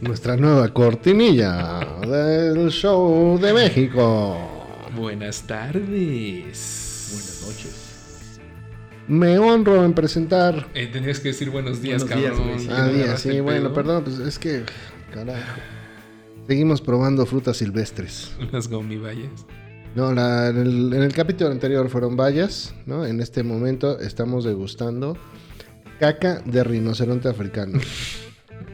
Nuestra nueva cortinilla del show de México. Buenas tardes. Buenas noches. Me honro en presentar. Eh, tenías que decir buenos días, Buenos días, cabrón. güey, sí. Ya Ah, me día, agarraste sí, el bueno, pedo. perdón, pues es que. Carajo. Seguimos probando frutas silvestres. Unas gomibayas. No, la- en, el, en el capítulo anterior fueron bayas, ¿no? En este momento estamos degustando caca de rinoceronte africano.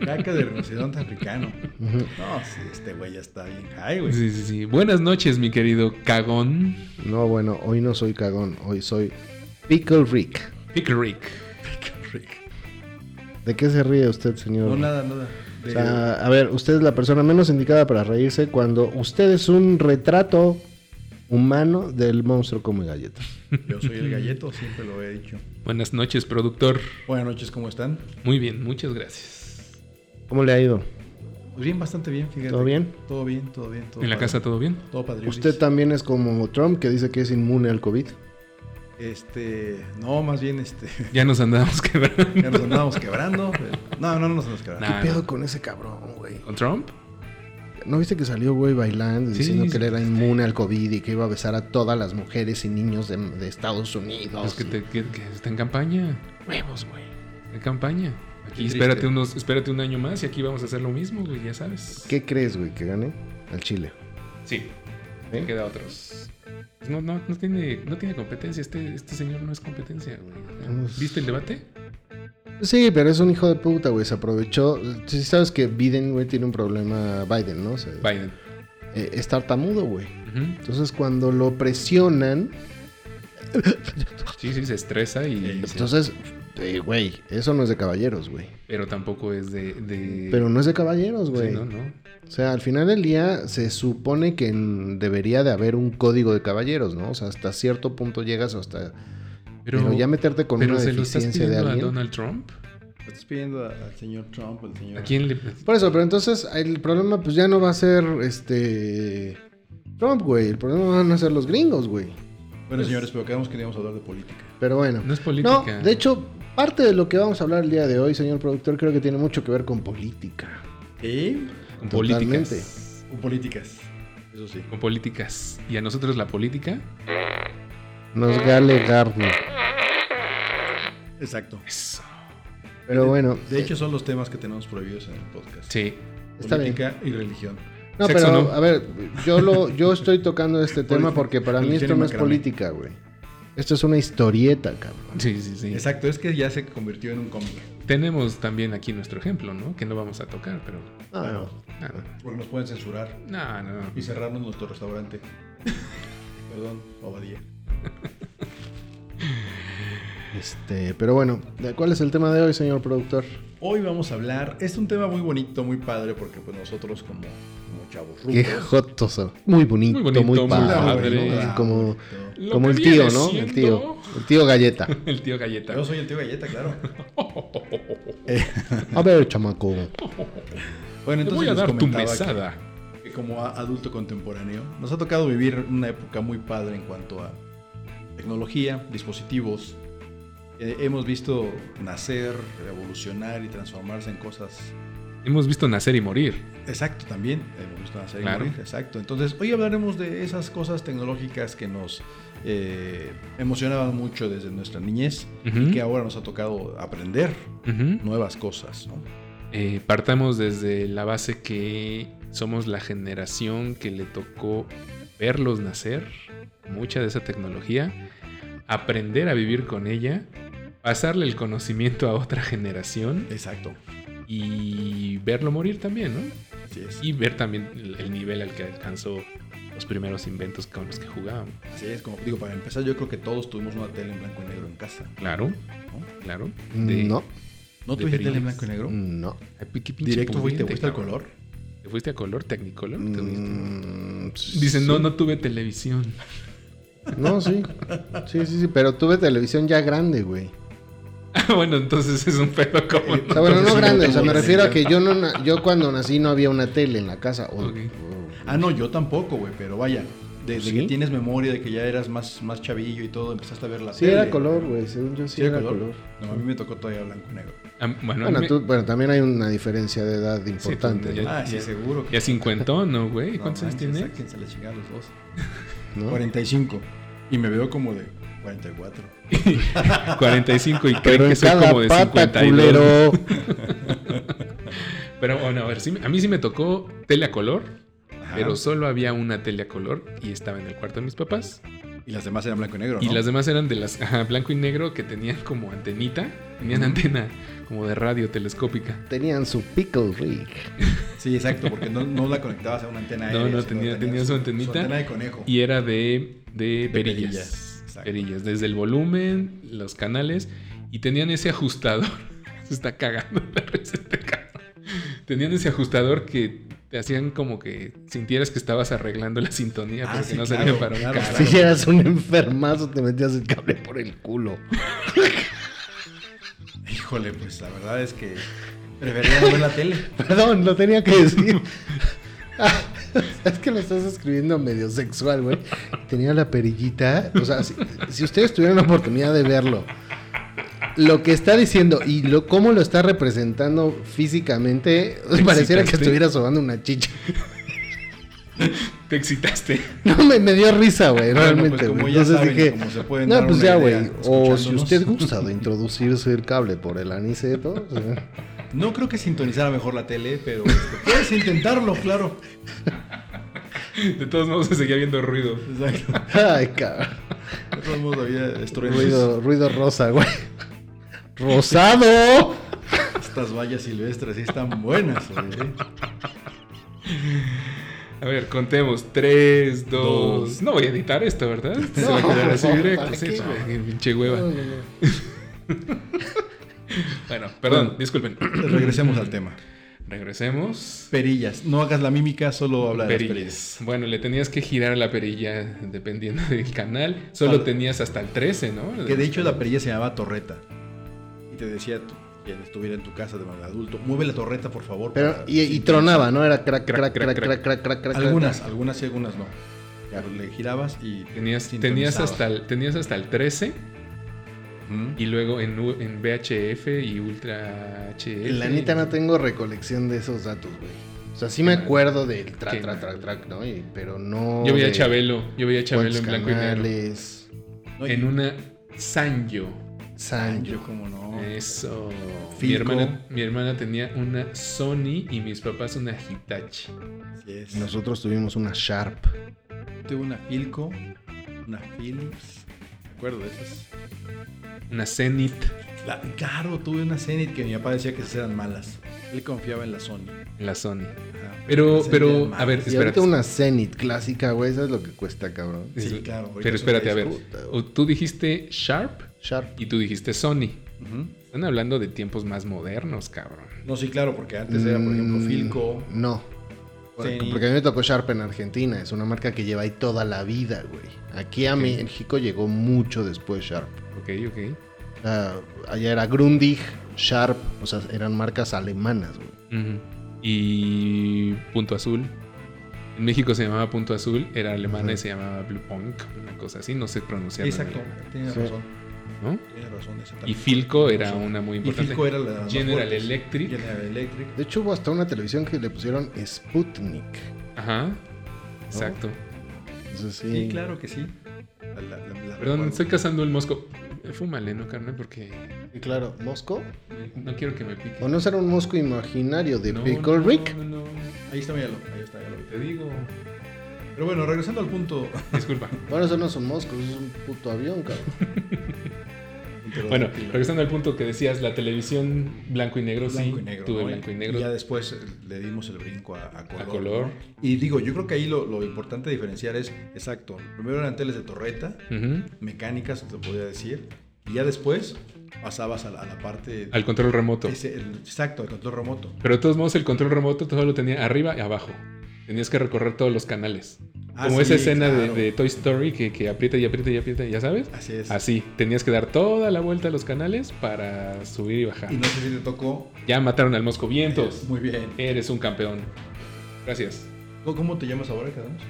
Caca de rinoceronte africano. Ujú. No, sí, este güey ya está bien high, güey. Sí, sí, sí. Buenas noches, mi querido cagón. No, bueno, hoy no soy cagón, hoy soy Pickle Rick. Pick Rick. ¿De qué se ríe usted, señor? No, nada, nada. O De- sea, a ver, usted es la persona menos indicada para reírse cuando usted es un retrato humano del monstruo come galleta. Yo soy el galleto, siempre lo he dicho. Buenas noches, productor. Buenas noches, ¿cómo están? Muy bien, muchas gracias. ¿Cómo le ha ido? Pues bien, bastante bien, fíjate. ¿Todo bien? Todo bien, todo bien. Todo ¿En la padre. casa todo bien? Todo padre. Usted también es como Trump que dice que es inmune al COVID. Este, no, más bien, este, Ya nos andábamos quebrando. ya nos andábamos quebrando. pero- No, no, no nos andamos quebrando. Nah, ¿Qué pedo con ese cabrón, güey? ¿Con Trump? ¿No viste que salió, güey, bailando y Sí, diciendo sí. que él era inmune al COVID y que iba a besar a todas las mujeres y niños de, de Estados Unidos? Es que, te- que- que está en campaña. Huevos, güey. En campaña. Qué Aquí triste. espérate, unos, espérate un año más y aquí vamos a hacer lo mismo, güey, ya sabes. ¿Qué crees, güey, que gane? Al Chile. Sí. ¿Eh? Me queda otros. Pues No, no, no, tiene, no tiene competencia. Este, este señor no es competencia, güey. O sea, Uf. ¿Viste el debate? Sí, pero es un hijo de puta, güey. Se aprovechó. Si sabes que Biden, güey, tiene un problema. Biden, ¿no? Se- Biden. eh, es tartamudo, güey. Ujú. Entonces, cuando lo presionan, Sí, sí, se estresa y. Sí. entonces, eh, güey, eso no es de caballeros, güey. Pero tampoco es de. de- Pero no es de caballeros, Sí, güey. no, no. O sea, al final del día se supone que en- debería de haber un código de caballeros, ¿no? O sea, hasta cierto punto llegas o hasta... Pero, ya meterte con pero una se lo estás deficiencia de pidiendo a alguien. Donald Trump. Me Estás pidiendo a- al señor Trump, al señor. ¿A quién le.? Por eso, pero entonces el problema pues ya no va a ser este... Trump, güey. El problema van a ser los gringos, güey. Bueno, Pues- señores, pero quedamos que íbamos a hablar de política. Pero bueno. No es política. No, de hecho, parte de lo que vamos a hablar el día de hoy, señor productor, creo que tiene mucho que ver con política. ¿Eh? Con totalmente. políticas. O políticas. Eso sí. Con políticas. Y a nosotros la política. Nos gale Gardner. Exacto. Eso. Pero bueno. De hecho, son los temas que tenemos prohibidos en el podcast. Sí. Está bien. política y religión. no, sexo, pero ¿no? a ver, yo lo, yo estoy tocando este tema Política. porque para mí Religión esto y no es macramé. política, güey. Esto es una historieta, cabrón. Sí, sí, sí. Exacto, es que ya se convirtió en un cómic. Tenemos también aquí nuestro ejemplo, ¿no? Que no vamos a tocar, pero. Ah, no. nada. Porque nos pueden censurar No, no, no. y cerrarnos nuestro restaurante. Perdón, Obadía. Este, pero bueno, ¿de ¿cuál es el tema de hoy, señor productor? Hoy vamos a hablar, es un tema muy bonito, muy padre, porque pues nosotros como, como chavos Qué rucos, joto, son. muy bonito, Muy muy, bonito, muy padre, padre. ¿no? Así como, Lo como que el tío, viene ¿no? El siendo- tío, el tío galleta. El tío Galleta. yo soy el tío Galleta, claro. A ver, chamaco. Bueno, Te entonces voy a les dar tu comentaba que- mesada. que como a- adulto contemporáneo nos ha tocado vivir una época muy padre en cuanto a tecnología, dispositivos. Eh, hemos visto nacer, evolucionar y transformarse en cosas Hemos visto nacer y morir. Exacto, también. eh, Hemos visto nacer y Claro. morir, Exacto. Entonces, hoy hablaremos de esas cosas tecnológicas que nos eh, emocionaban mucho desde nuestra niñez y Ujú. que ahora nos ha tocado aprender Ujú. nuevas cosas, ¿no? Eh, partamos desde la base que somos la generación que le tocó verlos nacer, mucha de esa tecnología, aprender a vivir con ella, pasarle el conocimiento a otra generación Exacto. y verlo morir también, ¿no? Así es. Y ver también el el nivel al que alcanzó los primeros inventos con los que jugábamos. Así es, como digo, para empezar, yo creo que todos tuvimos una tele en blanco y negro en casa. Claro, ¿no? claro. De- No, ¿No De tuviste tele brillantes. en blanco y negro? no. Ay, qué pinche Directo fuiste, pudiente, fuiste al cabrón. color. ¿Te fuiste a color? ¿Tecnicolor? ¿Te fuiste? Mm, Dicen, sí. este no, no tuve televisión. No, sí. Sí, sí, sí. Pero tuve televisión ya grande, güey. Ah, bueno, entonces es un pedo como... Eh, O sea, bueno, no Entonces, grande. sí, O sea, me sí. refiero a que yo no na- yo cuando nací no había una tele en la casa. o- Ok. o- Ah, no, yo tampoco, güey, pero vaya. de, de ¿Sí? que tienes memoria, de que ya eras más, más chavillo y todo, empezaste a ver la Sí, tele. era color, güey. Según yo sí, Sí, era era color. No, a mí me tocó todavía blanco y negro. Ah, bueno, a mí Bueno, me- pues, tú- bueno, también hay una diferencia de edad importante, tú- Ah, sí, seguro. ya cincuentón, ¿no, güey? No ¿Cuántos años manches, tiene? sáquense la chingada los dos. ¿no? 45. Y me veo como de 44. 45 y creen Pero que en soy cada como de pata, 52. culero. Pero bueno, a ver, sí me- a mí sí me tocó tele a color, Ajá. pero solo había una tele a color y estaba en el cuarto de mis papás. Y las demás eran blanco y negro, Y ¿no? las demás eran de las ajá, blanco y negro que tenían como antenita, tenían antena como de radio telescópica. Tenían su pickle rig. Sí, exacto, porque no, no la conectabas a una antena No, aérea, no, sino tenía- tenía su antenita Su antena de conejo. Y era de, de, perillas. perillas, exacto. Perillas, desde el volumen, los canales, y tenían ese ajustador. Se está cagando la risa este cabrón. Tenían ese ajustador que te hacían como que sintieras que estabas arreglando la sintonía, Ah, pero que sí, no claro, servía para un claro, carajo. Si eras un enfermazo, te metías el cable por el culo. Híjole, pues la verdad es que prefería no ver la tele. Perdón, lo tenía que decir. Ah, es que lo estás escribiendo medio sexual, güey. Tenía la perillita. O sea, si, si ustedes tuvieran la oportunidad de verlo, lo que está diciendo y lo, cómo lo está representando físicamente, pareciera que excitaste? estuviera sobando una chicha. Te excitaste. No, me, me dio risa, güey, Bueno, realmente. pues, como güey. ya Entonces saben, dije, como se pueden no, dar pues una ya, idea güey. O si escuchándonos. usted gusta de introducirse el cable por el aniceto, o sea, No creo que sintonizara mejor la tele, pero este, puedes intentarlo, claro. De todos modos, se seguía viendo ruido. Exacto. ay, cabrón. De todos modos, había estruendos, Ruido, ruido rosa, güey. ¡Rosado! Estas vallas silvestres sí están buenas, ¿eh? güey. A ver, contemos. Tres, dos. Dos. No voy a editar esto, ¿verdad? Se va a quedar así No, directo. ¿para sí, qué? güey, pinche hueva. No, no, no. Bueno, perdón, disculpen. Regresemos al tema. Regresemos. Perillas. No hagas la mímica, solo habla de las perillas. Perillas. Bueno, le tenías que girar la perilla dependiendo del canal. Solo Claro. tenías hasta el 13, ¿no? Ah. Que de hecho la perilla se llamaba torreta. Y te decía tú, quien estuviera en tu casa de manera adulto, mueve la torreta, por favor. Pero, para y, y sintonizar". tronaba, ¿no? Era crack, Crack, crack, crack, crack, crack, crack, crack, crack, crack. Algunas, algunas sí, algunas no. Claro, le girabas y. Tenías, tenías, sintonizabas. hasta el, tenías hasta el 13 Ujú. y luego en, U- en VHF y Ultra HF. La neta no tengo recolección de esos datos, güey. O sea, sí me acuerdo del Qué track, track, mal. track, track, ¿no? Y- pero no. Yo veía de a Chabelo, yo veía a Chabelo cuántos en blanco y canales, negro. No, En y- una Sanyo. Ay, Sanjo. yo como no. Eh, Eso. Mi Fico. hermana, mi hermana tenía una Sony y mis papás una Hitachi. Así es. Nosotros tuvimos una Sharp. Tuve una Filco, una Philips. ¿Te acuerdo de esas? Una Zenith. La- claro, tuve una Zenith que mi papá decía que esas eran malas. Él confiaba en la Sony. La Sony. Ajá, Pero, las Zenith pero, eran a ver, malas. Y espérate. ahorita una Zenith clásica, güey. ¿Sabes lo que cuesta, cabrón? Sí, Es- claro, ahorita Pero es otra espérate, a ver. disputa, o Tú dijiste Sharp Sharp. y tú dijiste Sony. Ujú. Están hablando de tiempos más modernos, cabrón. No, sí, claro, porque antes era, por ejemplo, Mm, Filco. No. Porque, Zenith. porque a mí me tocó Sharp en Argentina. Es una marca que lleva ahí toda la vida, güey. Aquí a Ok. México llegó mucho después Sharp. Ok, ok. O sea, allá era Grundig, Sharp. O sea, eran marcas alemanas, güey. Ujú. Y Punto Azul. En México se llamaba Punto Azul, era alemana y Ujú. se llamaba Blue Punk, una cosa así, no sé pronunciarlo. en Exacto, alemán, tienes Sí. razón. ¿no? Tienes razón. exactamente. Y Filco era una muy Y importante. Filco era la de las más General fuertes. Electric. General Electric. De hecho, hubo hasta una televisión que le pusieron Sputnik. Ajá. Exacto. Entonces, sí. Sí, claro que sí. La- la- la- la Perdón, recuerdo. estoy cazando el mosco. Eh, Fúmale, ¿no, carne? Porque Sí, claro. ¿Mosco? no quiero que me pique. ¿O no será un mosco imaginario de No, Pickle no, Rick? no, no, no. Ahí está, míralo. Ahí está, ya lo vi. Te digo. Pero bueno, regresando al punto. Disculpa. Bueno, eso no son moscos, eso es un puto avión, cabrón. Bueno, Pterodáctilo. regresando al punto que decías, la televisión blanco y negro, Blanco sí, y negro, tuve ¿no? blanco y Y ya negro. después eh, le dimos el brinco a, a color. A color. ¿no? Y digo, yo creo que ahí lo, lo importante diferenciar es, exacto, primero eran teles de torreta, Ujú. mecánicas, te podría decir, y ya después pasabas a la, a la parte... Al control remoto. ese- el- exacto, el control remoto. Pero de todos modos, el control remoto todo lo tenía arriba y abajo. Tenías que recorrer todos los canales. Ah, Como sí, esa escena de- claro. de, Toy Story que, que aprieta y aprieta y aprieta, ya sabes. Así es. Así, tenías que dar toda la vuelta a los canales para subir y bajar. Y no sé si te tocó... Ya mataron al mosco vientos. Muy bien. Eres un campeón. Gracias. ¿Cómo te llamas ahora, quedamos?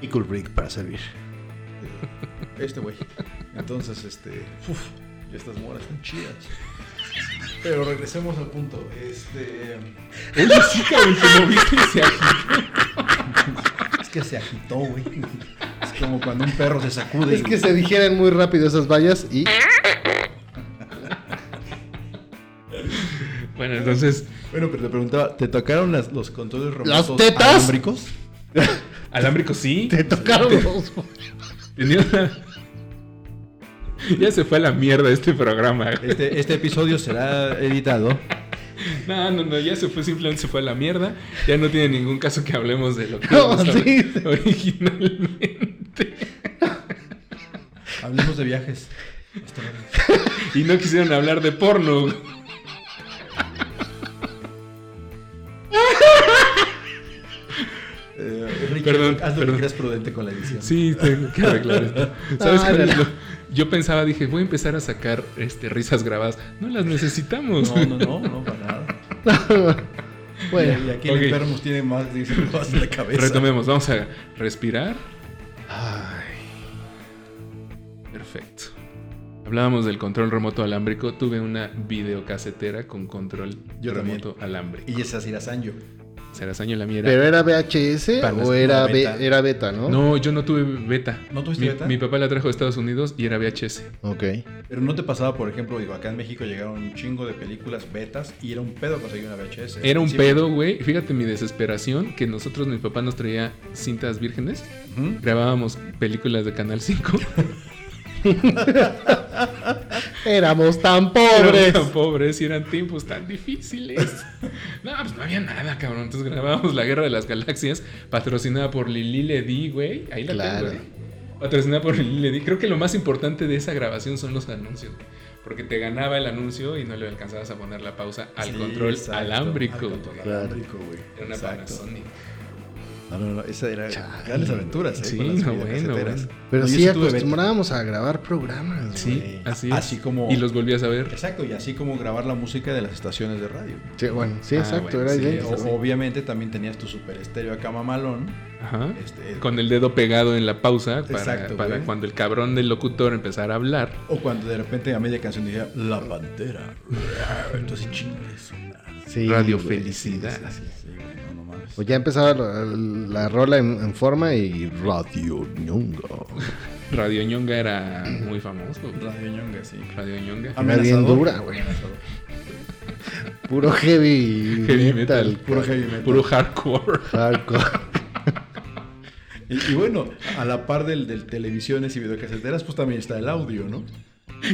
Y Kubrick para servir. Este güey. Entonces, este. Uf, ya estas moras están chidas. Pero regresemos al punto. Este. Oye, sí, cabrón, te moviste y se agitó. Es que se agitó, güey. Es como cuando un perro se sacude. Es que se dijeran muy rápido esas vallas y. Bueno, entonces, Bueno, pero te preguntaba, ¿te tocaron las- los controles ¿Las remotos tetas? alámbricos? alámbrico sí. Te tocaron los. Tenía una- Ya se fue a la mierda este programa. güey. Este, este episodio será editado. No, no, no, ya se fue, simplemente se fue a la mierda. Ya no tiene ningún caso que hablemos de lo que No, íbamos a hablar sí. originalmente. Hablemos de viajes. Hasta luego. Y no quisieron hablar de porno. güey. Eh, Ricky, Perdón, haz lo perdón. que creas prudente con la edición. Sí, tengo que arreglar esto. ¿Sabes Ah, cuál es no. lo- Yo pensaba, dije, voy a empezar a sacar este, risas grabadas. No las necesitamos. No, no, no, no, para nada. Bueno. Y aquí Ok. el enfermo nos tiene más, dice, más en la cabeza. Retomemos, vamos a respirar. Ay, Perfecto. Hablábamos del control remoto alámbrico. Tuve una videocasetera con control Yo también. remoto alámbrico. Y esa es Sanjo. Serasaño la mierda. ¿Pero era VHS Para las- o era, no, be- beta. era beta, no? No, yo no tuve beta. ¿No tuviste mi, beta? Mi papá la trajo de Estados Unidos y era VHS. Ok. Pero no te pasaba, por ejemplo, digo, acá en México llegaron un chingo de películas betas y era un pedo conseguir una VHS. Era un Sí, pedo, güey. Fíjate mi desesperación que nosotros, mi papá nos traía cintas vírgenes. ujú. Grabábamos películas de Canal 5. Éramos tan Eran pobres. tan pobres y eran tiempos tan difíciles. No, pues no había nada, cabrón. Entonces grabábamos La Guerra de las Galaxias, patrocinada por Lili Ledi, güey. Ahí la Claro. tengo, güey. Patrocinada por Lili Ledi. Creo que lo más importante de esa grabación son los anuncios. güey. Porque te ganaba el anuncio y no le alcanzabas a poner la pausa al Sí, control exacto, alámbrico. Al control güey. Claro. alámbrico, güey. Era una Exacto. Panasonic. No, no, no, esa era Chale. grandes aventuras, ¿eh? Sí, Con las no, bueno, videocaseteras. bueno. Pero No, yo sí tuve beta. acostumbrábamos a grabar programas. Sí, Sí. así A- es. así como- Y los volvías a ver. Exacto, y así como grabar la música de las estaciones de radio. Sí, bueno, sí, Ah, exacto, bueno, era sí, idéntico. Eso sí. O- Obviamente también tenías tu super estéreo acá mamalón. Ajá. Este, Con el dedo pegado en la pausa para, Exacto, para güey. cuando el cabrón del locutor empezara a hablar. O cuando de repente a media canción decía La Pantera. Entonces chingues. Sí, Radio güey. Felicidad. Sí, sí, güey, no, no mames. O ya empezaba la, la rola en, en forma y Radio Ñonga. Radio Ñonga era muy famoso. güey. Radio Ñonga, sí. Radio Ñonga. Ah, Era bien Amenazador. dura, güey. Amenazador. puro heavy, Heavy metal, metal. Puro heavy metal. Puro hardcore. hardcore. Y, y bueno, a la par del, del televisiones y videocaseteras, pues también está el audio, ¿no?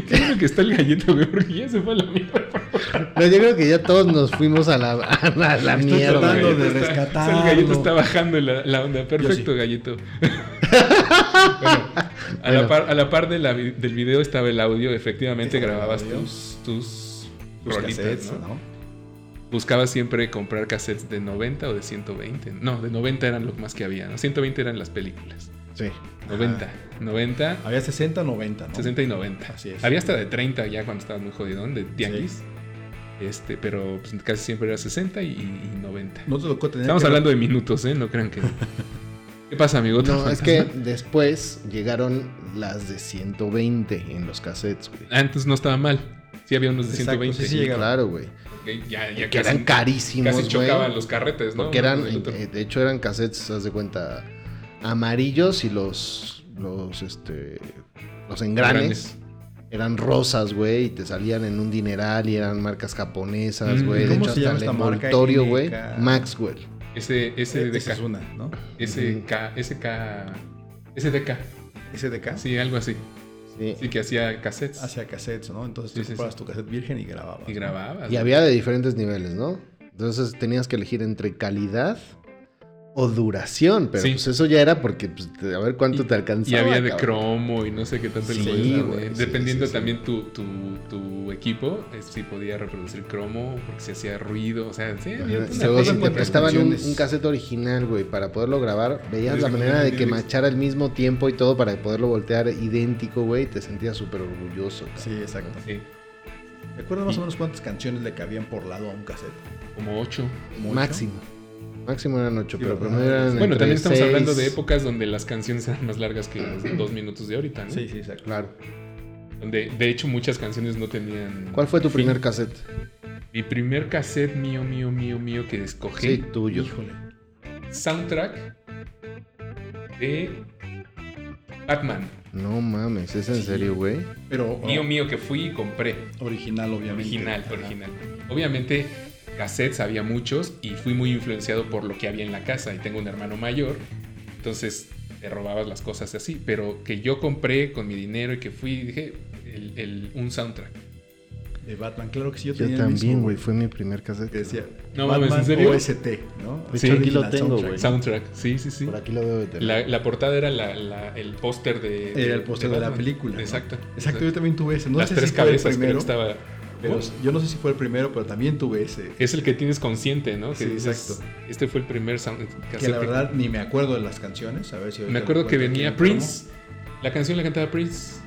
Claro que está el galleta, güey, porque ya se fue a la mierda. No, yo creo que ya todos nos fuimos a la, a la- a la Estoy mierda. tratando güey. de Está- rescatarlo. El galleta está bajando la, la onda. Perfecto, sí. galleto. Bueno, a, la Bueno. par, a la par de la vi- del video estaba el audio. Efectivamente, Estaba el grababas audio. tus, tus, Tus rolitas, cassettes, ¿no? ¿no? Buscabas siempre comprar cassettes de 90 o de 120. No, de 90 eran lo más que había. ¿no? 120 eran las películas. Sí. 90. 90. Había 60, 90, ¿no? 60 y 90. Así es. Había hasta de 30 ya cuando estaba muy jodidón, de tianguis. Este, pero pues, casi siempre era 60 y, y 90. eh, No te tocó tener. Estamos que- hablando de minutos, ¿eh? No crean que. ¿Qué pasa, amigo? No, es que después llegaron las de 120 en los cassettes, güey. Ah, entonces no estaba mal. Sí había unos de Exacto, 120. sí, sí llegaron. Claro, güey. Ok, ya, ya Que eran carísimos, casi güey. chocaban los carretes, ¿no? Porque Uno eran, con el otro. eh, de hecho eran cassettes, haz de cuenta, amarillos y los, los, este, los engranes. Eran rosas, güey, y te salían en un dineral y eran marcas japonesas, Mm, güey. De ¿cómo hecho, se llama hasta el esta marca envoltorio, güey. Ineca? Maxwell. Ese, ese Eh, de esa es SDK. una, ¿no? SK, SK, SDK. SDK. Sí, algo así. Sí. Sí, que hacía cassettes. Hacía cassettes, ¿no? Entonces Sí, tú sí, comprabas tu cassette virgen y grababas. Y grababas. Y había de diferentes niveles, ¿no? Entonces tenías que elegir entre calidad o duración. Pero Sí. pues eso ya era porque, pues, te- a ver cuánto Y- te alcanzaba. Y había de cabrón. cromo y no sé qué tanto le Sí, podías dar, güey, ¿eh? sí, Dependiendo sí, sí. también tu, tu, tu equipo, eh, si podía reproducir cromo, porque si hacía ruido, o sea, sí, había Ajá, una Luego, cosa si te muy prestaban un, funciones. un cassette original, güey, para poderlo grabar, veías Tienes la que manera de ponerle que lyrics. machara al mismo tiempo y todo para poderlo voltear idéntico, güey, y te sentías súper orgulloso. cabrón. Sí, exacto. Sí, ¿Recuerdas más Eh, Y- o menos cuántas canciones le cabían por lado a un cassette? como ocho. ¿Como ocho? Máximo. Máximo eran ocho, Sí, pero ¿verdad? primero eran Bueno, entre también estamos seis. hablando de épocas donde las canciones eran más largas que los dos minutos de ahorita, ¿no? Sí, sí, exacto. Claro. Donde, de hecho, muchas canciones no tenían. ¿Cuál fue tu fin. primer cassette? Mi primer cassette mío, mío, mío, mío que escogí. Sí, tuyo. Híjole. Soundtrack de Batman. No mames, ¿es en Sí. serio, güey? Pero o- Mío, mío que fui y compré. original, obviamente. Original, Ajá. original. Obviamente, cassettes había muchos y fui muy influenciado por lo que había en la casa. Y tengo un hermano mayor, entonces te robabas las cosas así. Pero que yo compré con mi dinero y que fui, dije, el- el- un soundtrack. De Batman, claro que sí, yo, Yo tenía el también, mismo, güey, fue mi primer cassette. Que decía No Batman mames, ¿en serio? OST, ¿no? De hecho, aquí lo Original tengo, soundtrack. güey. Soundtrack, sí, sí, sí. Por aquí lo debo de tener. La, la portada era la- la- el póster de. Era el póster de la Batman. película. ¿no? Exacto. Exacto, yo también tuve ese. No Las sé tres si fue el cabezas creo primero, que estaba. pero yo no sé si fue el primero, pero también tuve ese. Es el que tienes consciente, ¿no? Que Sí, dices, exacto. Este fue el primer sound Que cassette la verdad ni me acuerdo de las canciones. A ver si Me acuerdo que venía Prince. La canción la cantaba Prince.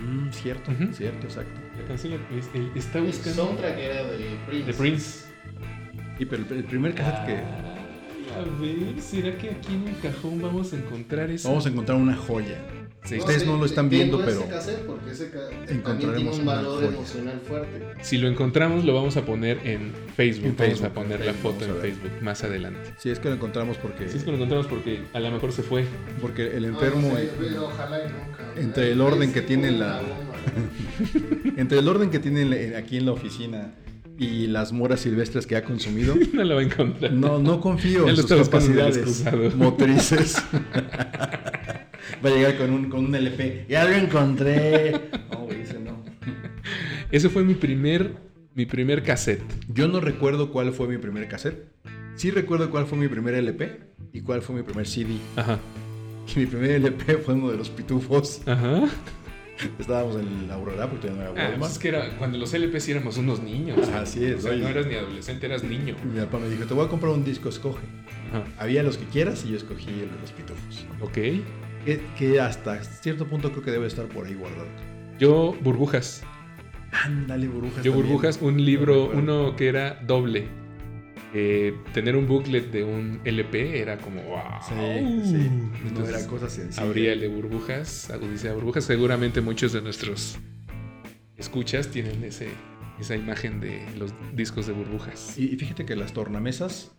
Mm, cierto, Ujú. cierto, exacto. La canción la, es- el- está El buscando. soundtrack era de Prince. De Prince. Y pero el, el primer cassette Ah, que Ay, A ver, ¿será que aquí en el cajón vamos a encontrar eso? vamos a encontrar una joya. Sí. Ustedes no lo están tengo viendo, ese pero- cassette porque ese ca- también tiene Encontraremos un una valor joya. emocional fuerte. Si lo encontramos, lo vamos a poner en Facebook. En vamos a Facebook, poner en la Facebook, foto en vamos a ver. Facebook más adelante. Si es que lo encontramos porque, Si es que lo encontramos porque a lo mejor se fue. porque el No, no enfermo, eh, sé, Ah, pero ojalá y nunca. entre el orden que Sí, tiene como una la- bomba. entre el orden que tiene en la- aquí en la oficina y las moras silvestres que ha consumido, No la va a encontrar. No, no confío Ya en lo sus está buscando en el capacidades excusado. motrices. Va a llegar con un, con un LP. Ya lo encontré. No, güey, ese no. Ese fue mi primer, mi primer cassette. Yo no recuerdo cuál fue mi primer cassette. Sí recuerdo cuál fue mi primer LP y cuál fue mi primer CD. Ajá. Y mi primer LP fue uno de los pitufos. Ajá. Estábamos en la Aurora porque todavía no Ah, era Walmart. pues es que era, cuando los LPs éramos unos niños. Así es, O sea, oye. no eras ni adolescente, eras niño. Y Mi papá me dijo, te voy a comprar un disco, escoge. Ajá. Había los que quieras y yo escogí el de los pitufos. Ok. Que, que hasta cierto punto creo que debe estar por ahí guardado. Yo, burbujas. Ándale, burbujas. Yo, también. burbujas, un libro, recuerdo. uno que era doble. Eh, tener un booklet de un LP era como wow. Sí, sí. No Entonces, era cosa sencilla. Habría el de burbujas, Odisea de burbujas. Seguramente muchos de nuestros escuchas tienen ese, esa imagen de los discos de burbujas. Y y fíjate que las tornamesas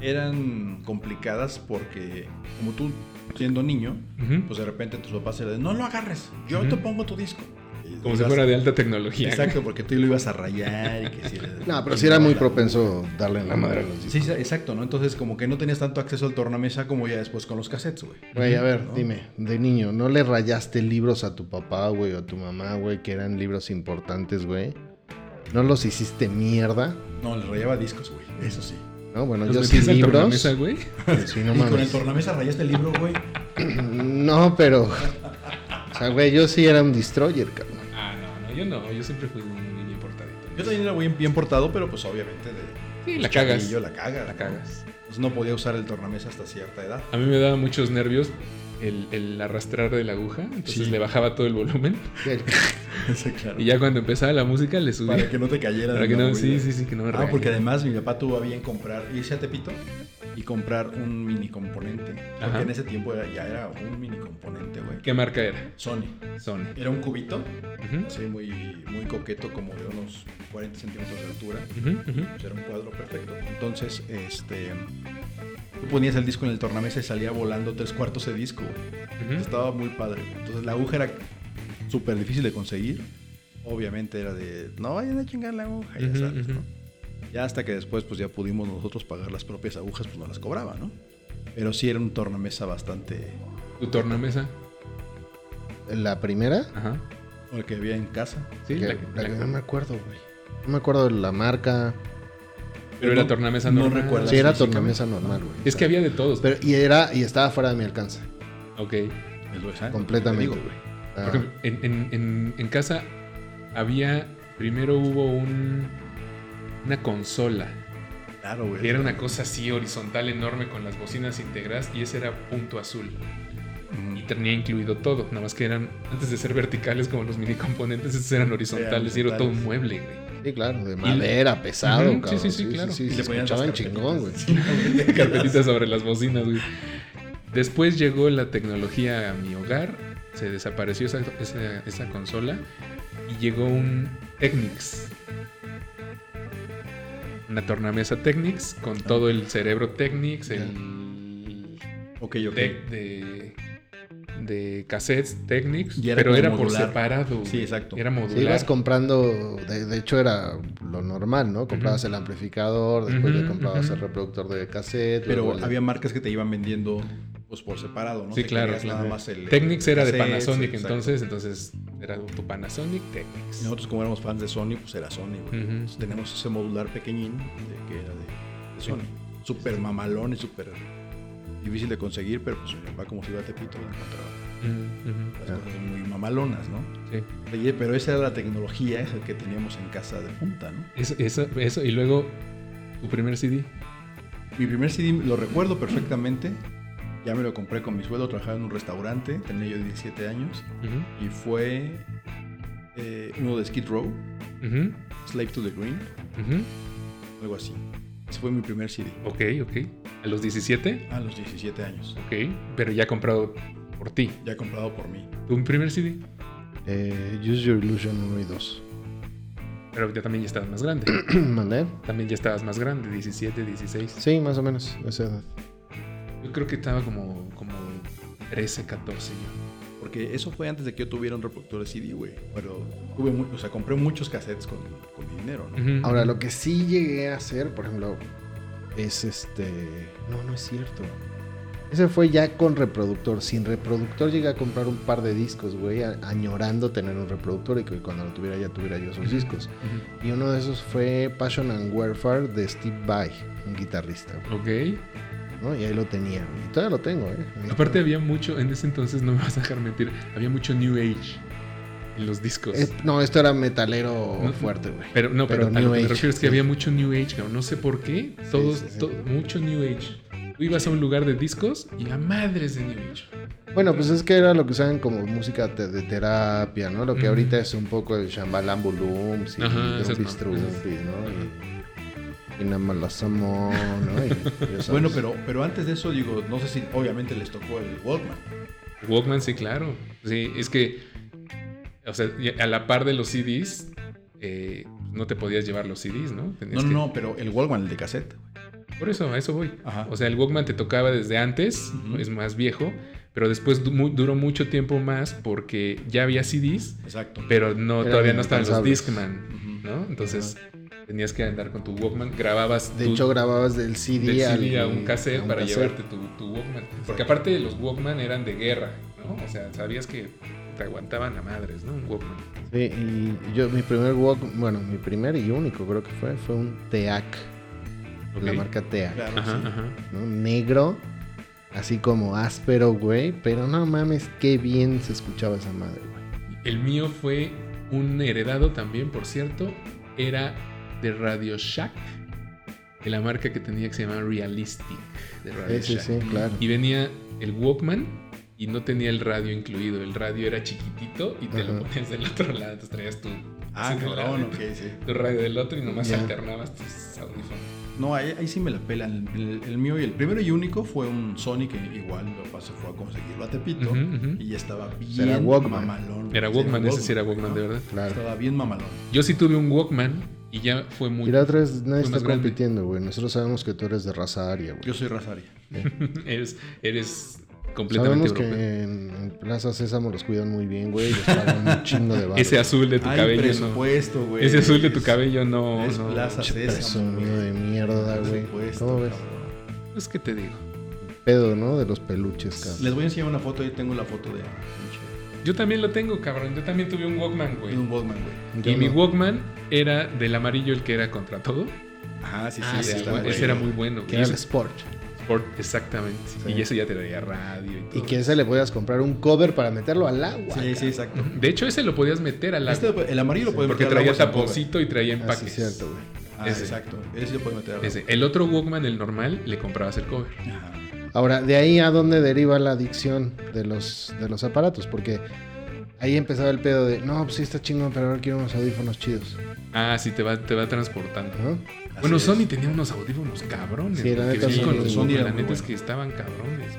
eran complicadas porque, como tú siendo niño, Ujú. pues de repente tus papás eran de no lo agarres, yo Ujú. te pongo tu disco. Y Como lo si ibas- fuera de alta tecnología. Exacto, porque tú lo ibas a rayar y que si era- No, pero sí era muy la- propenso darle en la madre a los discos. Sí, sí, exacto, ¿no? Entonces, como que no tenías tanto acceso al tornamesa como ya después con los cassettes, güey. Güey, a ver, ¿no? dime, de niño, ¿no le rayaste libros a tu papá, güey, o a tu mamá, güey, que eran libros importantes, güey? ¿No los hiciste mierda? No, le rayaba discos, güey. Eso sí. No, bueno, Los yo sí metías al libros. tornamesa, güey. Sí, no y con el mames. tornamesa rayaste el libro, güey. No, pero. O sea, güey, yo sí era un destroyer, cabrón. Ah, no, no, yo no. Yo siempre fui muy niño portadito. Yo también era muy bien portado, pero pues obviamente de Sí, la cagas. yo la cagas. La ¿no? cagas. Entonces no podía usar el tornamesa hasta cierta edad. A mí me daba muchos nervios el, el arrastrar de la aguja. Entonces Sí. le bajaba todo el volumen. Sí, claro. Y ya cuando empezaba la música le subía. Para que no te cayera. Para de que una no, sí, movida. sí, sí, que no me Ah, regañe. porque además mi papá tuvo a bien comprar, irse a Tepito y comprar un mini componente. Ajá. Porque en ese tiempo era- ya era un mini componente, güey. ¿Qué marca era? Sony. Sony. Era un cubito, Ujú, así muy, muy coqueto, como de unos 40 centímetros de altura. ujú, ujú. Pues era un cuadro perfecto. Entonces, este. Tú ponías el disco en el tornamesa y salía volando tres cuartos de disco, güey. Ujú. Estaba muy padre. Entonces la aguja era súper difícil de conseguir. Obviamente era de, no vayan a chingar la aguja, ya Ujú, sabes, ¿no? ujú. Ya hasta que después pues ya pudimos nosotros pagar las propias agujas, pues nos las cobraba, ¿no? Pero sí era un tornamesa bastante... Tu tornamesa. La primera, Ajá. o el que había en casa. Sí, que- la, la que la- no me acuerdo, güey. No me acuerdo de la marca. Pero era tornamesa no normal. recuerdas Sí, era físicamente. tornamesa normal, güey. Es que había de todos. Pero, y era, y estaba fuera de mi alcance. Ok. Es lo exacto, Completamente, te digo, güey. Por Ah, ejemplo, en, en- en- en casa había. Primero hubo un. Una consola. Claro, güey. Era una cosa así horizontal enorme con las bocinas integradas y ese era punto azul. Ujú. Y tenía incluido todo, nada más que eran, antes de ser verticales como los mini componentes, estos eran horizontales y era todo un mueble, güey. Sí, claro, de madera, pesado, Ujú, sí, cabrón. sí, sí, claro. Sí, Y sí, le se ponían las escuchaban carpetitas. chingón, güey. Carpetitas sobre las bocinas, güey. Después llegó la tecnología a mi hogar, se desapareció esa, esa- esa consola y llegó un Technics. Una tornamesa Technics con todo el cerebro Technics, el Ok, ok. deck de, de cassettes Technics, Y era pero como era por modular. separado. güey. Sí, exacto. Era Sí, modular. ibas comprando, de, de hecho era lo normal, ¿no? Comprabas Ujú. el amplificador, después Ujú, ya comprabas ujú. el reproductor de cassette. Pero luego el- había marcas que te iban vendiendo pues por separado, ¿no? Sí, Te claro, querías claro. Nada más el, Technics era de cassette, sí, Panasonic, exacto. entonces, entonces era tu Panasonic Technics. Y Nosotros como éramos fans de Sony, pues era Sony, güey. Ujú. Entonces, teníamos ese modular pequeñín de- que era de, de Sony. Súper mamalón y súper difícil de conseguir, pero pues mi papá como si iba a Tepito lo encontraba. Ujú, ujú. Las cosas muy mamalonas, ¿no? Sí. Oye, pero esa era la tecnología que teníamos en casa de punta, ¿no? Eso, eso, eso, y luego tu primer CD. Mi primer CD lo recuerdo perfectamente. Ya me lo compré con mi sueldo, trabajaba en un restaurante, tenía yo 17 años. Y fue eh, uno de Skid Row, Ujú, Slave to the Green, ujú. algo así. Ese fue mi primer CD, Ok, ok. A los 17, a los 17 años. ok, pero ya comprado por ti. Ya comprado por mí. Tu primer CD, eh, Use Your Illusion 1 y 2. pero ya también ya estabas más grande. ¿Mandé? también ya estabas más grande, 17, 16. Sí, más o menos, esa edad. Yo creo que estaba como, como 13, 14 yo. Porque eso fue antes de que yo tuviera un reproductor de CD, güey. Pero tuve, mu- o sea, compré muchos cassettes con, con mi dinero, ¿no? Ujú. Ahora, lo que sí llegué a hacer, por ejemplo, es este. No, no es cierto. Ese fue ya con reproductor. Sin reproductor llegué a comprar un par de discos, güey, a- añorando tener un reproductor y que cuando lo tuviera ya tuviera yo esos discos. Ujú. Y uno de esos fue Passion and Warfare de Steve Vai, un guitarrista, güey, Ok. ¿no? Y ahí lo tenía. güey. Y todavía lo tengo, ¿eh? Aparte había mucho, en ese entonces no me vas a dejar mentir, había mucho New Age en los discos. Eh, no, esto era metalero No, fuerte, güey. Pero no, pero, Pero a lo New que me Age, refiero es que sí. había mucho New Age, cabrón. No sé por qué. Todos, sí, sí. to- mucho New Age. Tú ibas a un lugar de discos y la madre es de New Age. Bueno, pues es que era lo que usaban como música te- de terapia, ¿no? Lo que Ujú. ahorita es un poco el Shambalam Bulum, sí, Ajá, esas Trumpis mamadas. Trumpis, ¿no? Y, y Namalazamo, ¿no? Y- y ya sabes. Bueno, pero, pero antes de eso, digo, no sé si obviamente les tocó el Walkman. Walkman, sí, claro. Sí, es que, o sea, y a la par de los CDs, eh, no te podías llevar los CDs, ¿no? No, Tenías no, que- no, pero el Walkman, el de cassette. Por eso, a eso voy. Ajá. O sea, el Walkman te tocaba desde antes, Ujú. es más viejo, pero después du- mu- duró mucho tiempo más porque ya había CDs, Exacto. pero no, Eran todavía no estaban los inalcanzables. Discman. Ujú. ¿no? Entonces tenías que andar con tu Walkman, grababas De tu- hecho, grababas del CD, del al- CD a un cassette a un para cassette. llevarte tu, tu Walkman. Porque aparte los Walkman eran de guerra, ¿no? O sea, sabías que te aguantaban a madres, ¿no? Un Walkman. Sí, y yo, mi primer walk, bueno, mi primer y único creo que fue, fue un Teac, la Ok. marca Teac. Claro, Ajá, sí. ajá. ¿no? Negro, así como áspero, güey. Pero no mames, qué bien se escuchaba esa madre, güey. El mío fue un heredado también, por cierto. Era de Radio Shack, de la marca que tenía que se llamaba Realistic, de Radio Sí, sí, Shack. sí, claro. Y venía el Walkman y no tenía el radio incluido. El radio era chiquitito y te Ajá. lo ponías del otro lado. Entonces traías tu, Ah, tu cabrón, radio, ok, sí. tu radio del otro y nomás Ya. alternabas tus audífonos. No, ahí, ahí sí me la pelan. El, el mío y el primero y único fue un Sony que igual mi papá se fue a conseguirlo a Tepito Ujú, ujú. y ya estaba bien Era Walkman. mamalón. Era Walkman, ese sí era Walkman, ¿no? de verdad. Claro. Estaba bien mamalón. Yo sí tuve un Walkman y ya fue muy. Y la otra es, nadie Fue está más grande. compitiendo, güey. Nosotros sabemos que tú eres de raza aria, Yo güey. soy razaria. eres, eres completamente Sabemos que europeo. en, en Plaza Sésamo los cuidan muy bien, güey. y Les pagan un chingo de barro. Ese azul de tu Hay cabello no. presupuesto, güey. Ese azul de tu Pues, Es- cabello no. Es no. Plaza Sésamo, presumido güey. de mierda, güey. Presupuesto, ¿Cómo ves? cabrón. Pues, ¿qué te digo? Pedo, ¿no? De los peluches, cabrón. Les voy a enseñar una foto, ahí tengo la foto de pinche, Yo también lo tengo, cabrón. Yo también tuve un Walkman, de güey. un Walkman, güey. Yo Y mi no. Walkman era del amarillo el que era contra todo. Ajá, sí, sí, Ah, Ese sí, está era- güey. ese era muy bueno. Que güey. era el Sport. Sport, exactamente. Sí. Y ese ya te traía radio y todo. Y que ese le podías comprar un cover para meterlo al agua. Sí, sí, exacto. De hecho, ese lo podías meter al Este, agua. el amarillo lo puede Porque meter al traía agua sin taponcito y traía Ah, sí, empaques. cierto, güey. cover. Ah, Ese. exacto. Ese lo puede meter al agua. Ese. El otro Walkman, el normal, le comprabas el cover. Ajá. Ahora, de ahí a dónde deriva la adicción de los, de los aparatos, porque Ahí empezaba el pedo de, no, pues sí está chingón, pero ahora quiero unos audífonos chidos, Ah, sí, te va, te va transportando. ¿no? Así Bueno, es. Sony tenía unos audífonos cabrones. Sí, la güey, neta, que vi Sony con era los muy Sony, bueno. la neta es que estaban cabrones.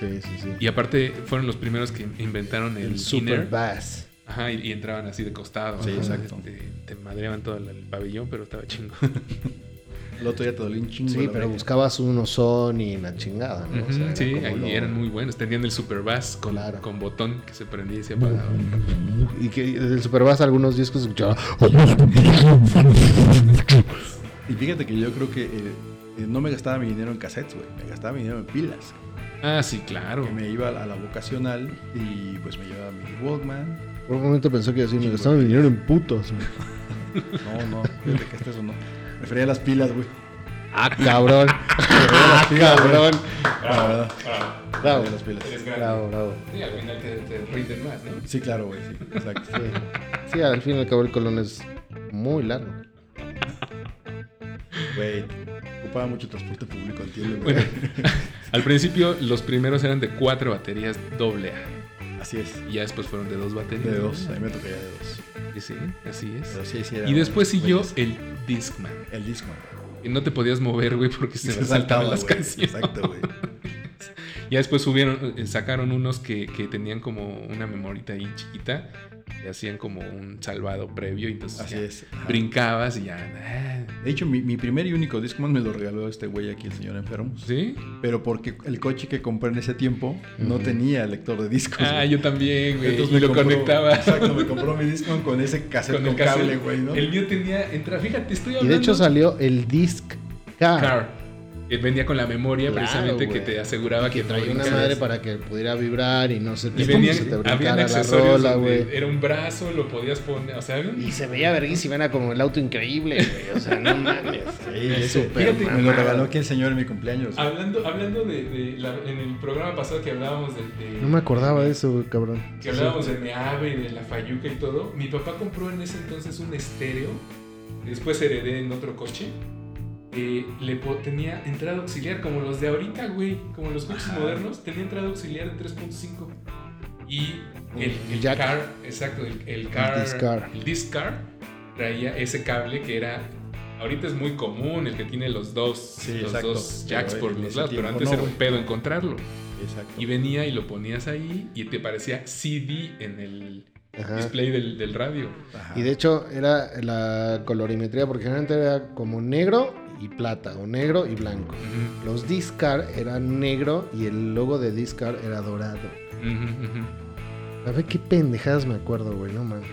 Sí, sí, sí. Y aparte fueron los primeros que inventaron el, el inner. Super Bass. Ajá, y, y entraban así de costado. Sí, ¿no? Este, exacto. Te, te madreaban todo el, el pabellón, pero estaba chingo. El otro día te dolió un Mm, chingo. Sí, la pero oreja. buscabas uno Sony, la chingada, ¿no? O sea, era eh. sí, como ahí lo- eran muy buenos. Tenían el Super Bass con, Claro. con botón que se prendía y se apagaba. Y que del Super Bass algunos discos escuchaban. Y fíjate que yo creo que eh, eh, no me gastaba mi dinero en cassettes, güey. Me gastaba mi dinero en pilas. Ah, sí, claro. Que me iba a la vocacional y pues me llevaba mi Walkman. Por un momento pensó que así me gastaban el dinero en putos. güey. No, no, fíjate que hasta eso no. Me refería a las pilas, güey. Ah, cabrón. ah, cabrón. La verdad. Bravo. Me refería a las pilas. Bravo, bravo. Sí, al final te, te rinden más, ¿no? Sí, claro, güey, sí, exacto. Sí. Sí, al fin y al cabo el colón es muy largo. Güey, ocupaba mucho transporte público, entiendo, güey. Bueno, al principio los primeros eran de cuatro baterías doble A. Así es. Y ya después fueron de dos baterías. De dos, a mí me tocaría de dos. Sí, sí, así es. Pero sí, sí era Y después una siguió belleza. el Discman. el Discman. Y no te podías mover, güey, porque se, saltaban las güey. canciones. Exacto, güey. Ya después subieron, eh, sacaron unos que, que tenían como una memorita ahí chiquita. Y hacían como un salvado previo. y Entonces Así ya es. Ajá. brincabas y ya. ah, De hecho, mi, mi primer y único Discman me lo regaló este güey aquí, el señor enfermo. ¿Sí? Pero porque el coche que compré en ese tiempo no Ujú. tenía lector de discos. Ah, güey. yo también, güey. Y lo compró- conectaba. Exacto, me compró mi Discman con ese cassette con, el cable, cassette. güey, ¿no? El mío tenía. entra- fíjate, estoy Y hablando. de hecho salió el Disc Car. Car. Eh, Venía con la memoria Claro, precisamente que güey. te aseguraba que, Traía una brincabas. madre para que pudiera vibrar y no se te, Y se te venían, habían brincara la accesorios rola, donde güey. era un brazo, lo podías poner, o sea, había un- Y se veía verguísima, era como el auto increíble, güey. O sea, no mames. Sí, Es ese- súper fíjate, me lo mamada. regaló aquí el señor en mi cumpleaños. güey. hablando, hablando de, de la- en el programa pasado que hablábamos de, de- No me acordaba de eso, güey, cabrón. que hablábamos de Meave y de la Fayuca y todo, mi papá compró en ese entonces un estéreo, que después heredé en otro coche, que le po- tenía entrada auxiliar, como los de ahorita, güey, como los coches modernos, tenía entrada auxiliar de 3.5. Y el, el Jack. car, exacto, el, el car, disc car. el disc car traía ese cable que era... Ahorita es muy común el que tiene los dos, Sí, los exacto. dos jacks Pero por en los ese lados, pero tiempo antes no, era un güey. pedo encontrarlo. Exacto. Y venía y lo ponías ahí y te parecía CD en el Ajá. display del, del radio. Ajá. Y de hecho era la colorimetría, porque generalmente era como negro y plata, o negro y blanco. Los Discar eran negro y el logo de Discar era dorado. Ujú, ujú. A ver qué pendejadas me acuerdo, güey, no mames.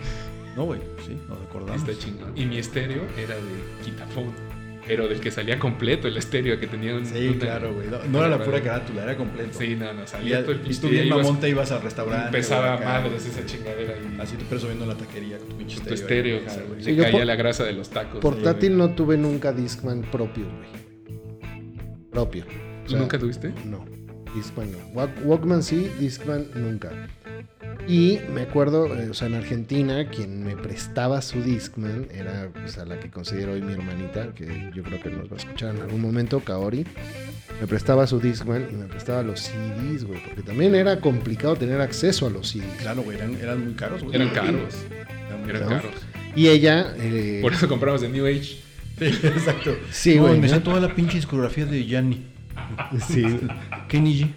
No, güey, sí, nos acordamos. Está chingón. Y mi estéreo era de Quitafone, pero del que salía completo el estéreo que tenía un. Sí, una- claro, güey. No, una no era la pura radio. carátula, era completo. Sí, no, no, Y, salía ya- todo el y pinche tú bien día, ibas- mamón te ibas al restaurante. Empezaba güey, acá, madres esa chingadera y Así te preso viendo la taquería con tu pinche tu estéreo. estéreo, ahí, o sea, ajá, güey. le Sí, yo caía por- la grasa de los tacos. Portátil no tuve nunca Discman propio, güey. Propio. ¿Tú O sea, nunca tuviste? No, Discman no. Walk- Walkman sí, Discman nunca. Y me acuerdo, eh, o sea, en Argentina, quien me prestaba su Discman era pues, a la que considero hoy mi hermanita, que yo creo que nos va a escuchar en algún momento, Kaori. Me prestaba su Discman y me prestaba los CDs, güey, porque también era complicado tener acceso a los CDs. Claro, güey, eran, eran muy caros, güey. Eran caros, Eran muy eran ¿No? caros. Y ella, eh, Por eso compramos de New Age. Sí, exacto. sí, No, güey, me ¿no? sé toda la pinche discografía de Gianni. sí. Kenny G.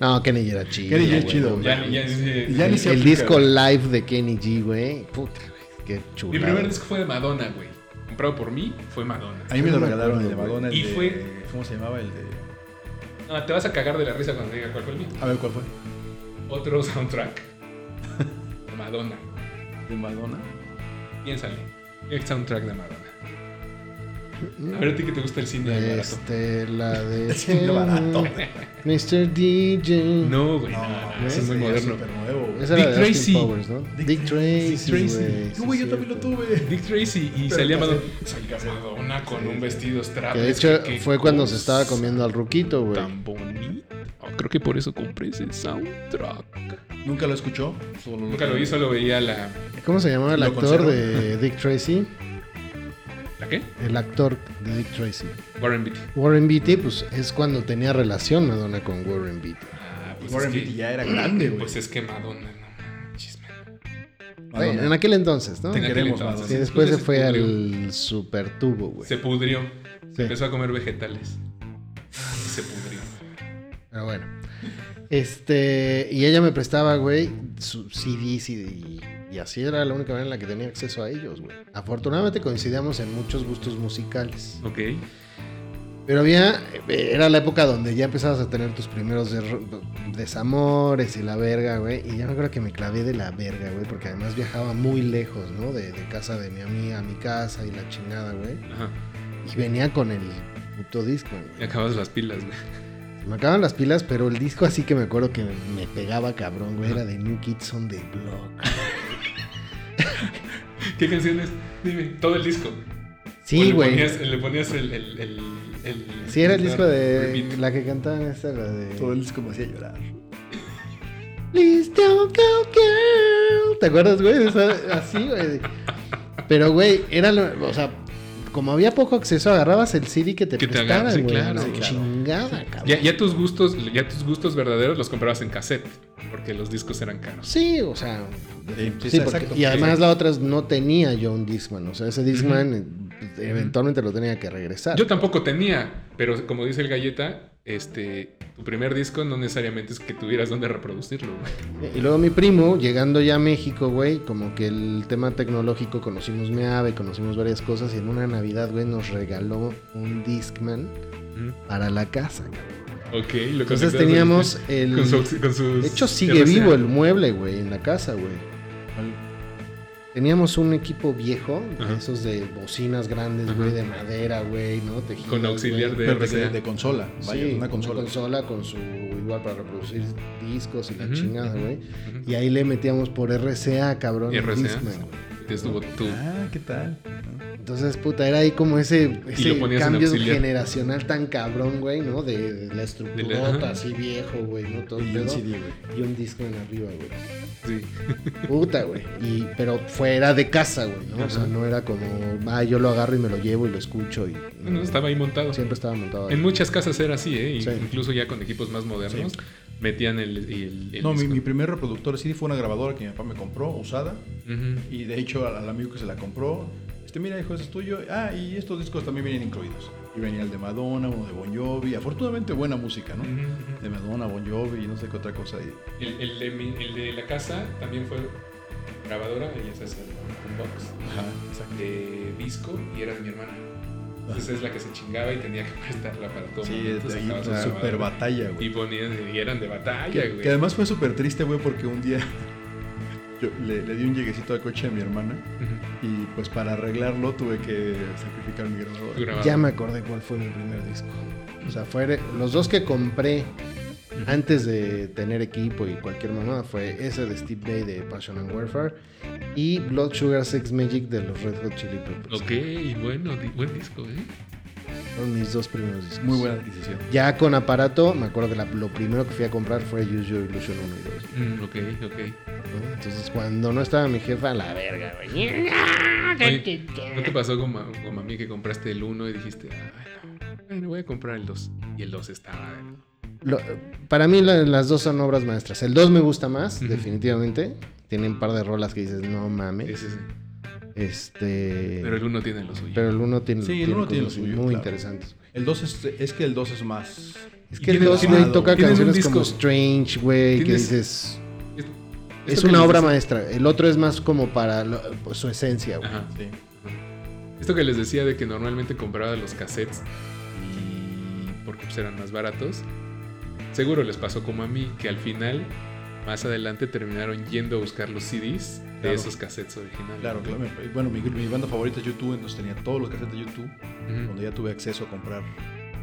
No, Kenny era chido. Kenny G güey, es chido, no güey. Ya, ya, Y ya El, ni se el aplica, disco güey. live de Kenny G, güey. Puta, güey. Qué chulo. Mi primer disco fue de Madonna, güey. Comprado por mí fue Madonna. A mí me lo No me regalaron el de acuerdo, Madonna. el Y de- fue- ¿Cómo se llamaba? El de. No, te vas a cagar de la risa cuando diga cuál fue el mío. A ver, ¿cuál fue? Otro soundtrack. Madonna. De Madonna. Piénsale. El soundtrack de Madonna. Mm. A ver, a ti que te gusta el cine barato. Este, la de. Es que barato. güey. Mr. DJ. No, güey, no, no, eso Ah, ese es muy ya moderno. súper nuevo, güey. Esa era Dick de Austin Tracy. Powers, ¿no? Dick, Tracy. Dick Tracy. güey, No, güey, sí, yo también lo cierto. tuve. Dick Tracy y Pero salía el Madonna. cassette. Salía Madonna con un vestido strap. Que de hecho fue cuando se estaba comiendo al ruquito, güey. Tan bonito. Ah, Creo que por eso compré ese soundtrack. Nunca lo escuchó. Solo Nunca lo vi, solo veía la. ¿Cómo se llamaba el ¿Lo actor conservo? de Dick Tracy? ¿La qué? El actor de Dick Tracy. Warren Beatty. Warren Beatty, pues es cuando tenía relación Madonna con Warren Beatty. Ah, pues Warren es que- eh, Beatty ya era grande, güey. Pues es que Pues Madonna, no. Bueno, Madonna. en aquel entonces, ¿no? Te En aquel queremos, entonces. Sí, Madonna. después se se fue pudrió. al super tubo, güey. Se pudrió. Sí. Se empezó a comer vegetales. Y se pudrió. Pero Ah, bueno. Este, y ella me prestaba, güey, su CDs y, y así era la única manera en la que tenía acceso a ellos, güey. Afortunadamente coincidíamos en muchos gustos musicales. Ok. Pero había, eh, era la época donde ya empezabas a tener tus primeros der- desamores y la verga, güey. Y ya me acuerdo que me clavé de la verga, güey, porque además viajaba muy lejos, ¿no? De, de casa de mi amiga a mi casa y la chingada, güey. Ajá. Y venía con el puto disco, Y güey. acabas las pilas, güey. Se Me acaban las pilas, pero el disco así que me acuerdo que me pegaba cabrón, güey, era de New Kids on the Block. ¿Qué canciones? Dime, todo el disco. O Sí, le güey. ponías- Le ponías el. el, el, el- Sí, era el el disco de repeat. la que cantaban esta, la de... Todo el disco me hacía llorar. Please don't go, girl. ¿Te acuerdas, güey? De esa- así, güey. Pero, güey, era lo- O sea, como había poco acceso, agarrabas el CD que te Que te prestaran, agarra- sí, güey. claro, a la sí, claro. chingada, cabrón. Ya, ya tus gustos, ya tus gustos verdaderos los comprabas en cassette, porque los discos eran caros. Sí, o sea. Sí, sí, sí, porque- exacto. y además la otra es no tenía yo un Discman. O sea, ese Discman eh, eventualmente lo tenía que regresar. Yo tampoco tenía, pero como dice el galleta, este, tu primer disco no necesariamente es que tuvieras donde reproducirlo, güey. Y luego mi primo, llegando ya a México, güey, como que el tema tecnológico, conocimos Meave, conocimos varias cosas, y en una Navidad, güey, nos regaló un Discman para la casa, cabrón. Ok, lo Entonces conectabas teníamos al- el. con su oxi- con sus de hecho, sigue RCA. vivo el mueble, güey, en la casa, güey. Teníamos un equipo viejo, de Ajá. esos de bocinas grandes, Ajá. güey, de madera, güey, ¿no? Tejidas, Con auxiliar güey. de Pero de, RCA. de consola, vaya, Sí, una consola. con su. Igual para reproducir discos y la Ujú, chingada, ujú. güey. Ujú. Y ahí le metíamos por RCA, cabrón. el RCA. Discman, güey. Entonces tuvo tu- Ah, ¿qué tal? Entonces, puta, era ahí como ese, ese lo ponías en cambio auxiliar. generacional tan cabrón, güey, ¿no? De, de la estructurota ajá. así viejo, güey, ¿no? Todo el Y un pedo. CD, güey. Y un Discman arriba, güey. sí. Puta, güey. Y, pero fuera de casa, güey, ¿no? O sea, Ajá. no era como, ah, yo lo agarro y me lo llevo y lo escucho y. Bueno, estaba ahí montado. Siempre estaba montado ahí. En muchas casas era así, ¿eh? Y Sí. Incluso ya con equipos más modernos, metían el. y el- el No, mi, disco. mi primer reproductor CD fue una grabadora que mi papá me compró, usada. Ujú. Y de hecho, al, al amigo que se la compró, este, mira, hijo, ese es tuyo. Ah, y estos discos también vienen incluidos. Y venía el de Madonna, uno de Bon Jovi. Afortunadamente, buena música, ¿no? Ujú, ujú. De Madonna, Bon Jovi y no sé qué otra cosa. ahí. El, el de, mi- el de la casa también fue grabadora, ella se hace un box Ajá, exacto. Ah. de disco y era de mi hermana. Entonces es la que se chingaba y tenía que prestarla para todo. Sí, momento, de ahí, sacaba su una grabadora. super batalla, Y güey. ponían, y eran de batalla, Que, güey. que además fue súper triste, güey, porque un día yo le, le di un lleguecito al coche a mi hermana. Ujú. Y pues para arreglarlo tuve que sacrificar mi grabadora. Tu grabadora. Ya me acordé cuál fue mi primer disco. O sea, fue los dos que compré antes de tener equipo y cualquier mamada fue ese de Steve Day de Passion and Warfare y Blood Sugar Sex Magic de los Red Hot Chili Peppers. Ok, bueno, di- buen disco, ¿eh? Fueron mis dos primeros discos. Muy buena adquisición. Ya con aparato, me acuerdo de la- lo primero que fui a comprar fue Use Your Illusion 1 y 2. Mm, ok, ok. ¿no? Entonces, cuando no estaba mi jefa, a la verga, güey. Oye, ¿No te pasó con, ma- con mami que compraste el 1 y dijiste, ay, no, bueno, voy a comprar el 2? Y el 2 estaba. Lo- para mí la- las dos son obras maestras. El 2 me gusta más, Ujú. definitivamente. Tiene un par de rolas que dices, no mames. Ese, sí. Este. Pero el 1 tiene lo suyo. Eh. pero el uno tiene, Sí, el uno tiene lo cosas suyo, muy claro. interesantes. güey. El 2 es, es que el 2 es más. Es Y que el tienen- 2, güey, tienen- toca tienen un canciones disco. como Strange, güey, que Tienes- dices. Es- Es esto que una les obra decía- maestra. El otro es más como para lo- pues, su esencia, güey. Ajá. Sí. Esto que les decía de que normalmente compraba los cassettes y porque pues, eran más baratos, seguro les pasó como a mí, que al final, más adelante, terminaron yendo a buscar los CDs Claro. de esos cassettes originales. Claro, claro. Mi- Bueno, mi, mi banda favorita es YouTube, entonces tenía todos los cassettes de YouTube. Ujú. Cuando ya tuve acceso a comprar,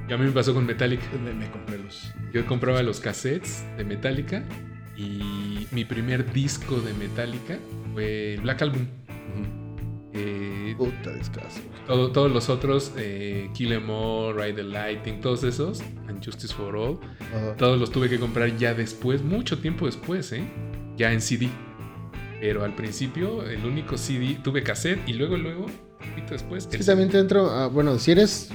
Y a mí me pasó con Metallica. me, me compré los. Yo compraba los cassettes de Metallica y mi primer disco de Metallica fue el Black Album. Ujú. Eh, Puta descaso. Todo- todos los otros, eh, Kill Em All, Ride the Lighting, todos esos, and Justice for All, todos los tuve que comprar ya después, mucho tiempo después, ¿eh? Ya en CD. Pero al principio, el único CD, tuve cassette y luego, luego, un poquito después, Es el que también te entro. a- bueno, si eres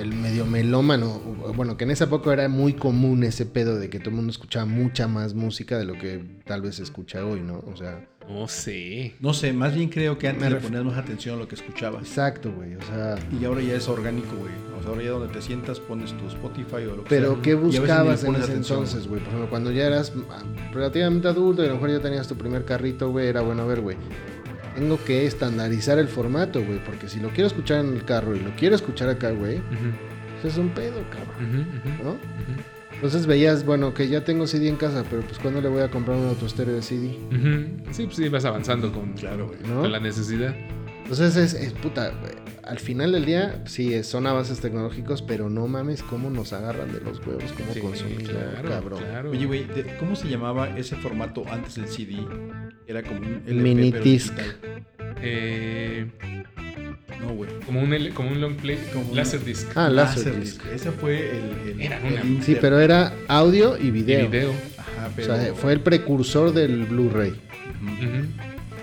el medio melómano, o- bueno, que en esa época era muy común ese pedo de que todo el mundo escuchaba mucha más música de lo que tal vez se escucha hoy, ¿no? O sea, No sé. No sé, más bien creo que antes Me le ref- ponías más atención a lo que escuchabas. exacto, güey, o sea... Y ahora ya es orgánico, güey. O sea, ahora ya donde te sientas pones tu Spotify o lo que sea. Pero ¿qué Y a veces ni le buscabas en pones ese atención, entonces, güey? Por ejemplo, cuando ya eras ah, relativamente adulto y a lo mejor ya tenías tu primer carrito, güey, era bueno, a ver, güey. Tengo que estandarizar el formato, güey, porque si lo quiero escuchar en el carro y lo quiero escuchar acá, güey, Ujú, pues es un pedo, cabrón, ujú, ujú, ¿no? ujú, Entonces veías, bueno, que ya tengo CD en casa, pero pues ¿cuándo le voy a comprar un autostereo de CD? ujú. Sí, pues sí, vas avanzando con, Claro, güey. ¿No? con la necesidad. Entonces es, es puta, güey, al final del día sí es- son avances tecnológicos, pero no mames cómo nos agarran de los huevos como Sí, consumidor, claro, cabrón. claro. Oye, güey, de- ¿cómo se llamaba ese formato antes del CD? Era como un LP, Mini pero disc. digital. Eh, No, güey. como, un, L- como un long play, Como un- Laserdisc. Ah, Laserdisc. Laserdisc. Ese fue el. el- Era el una- inter. Sí, pero era audio y y video. Video. Ajá, O pero. sea, fue el precursor del Blu-ray. Ujú. Ujú.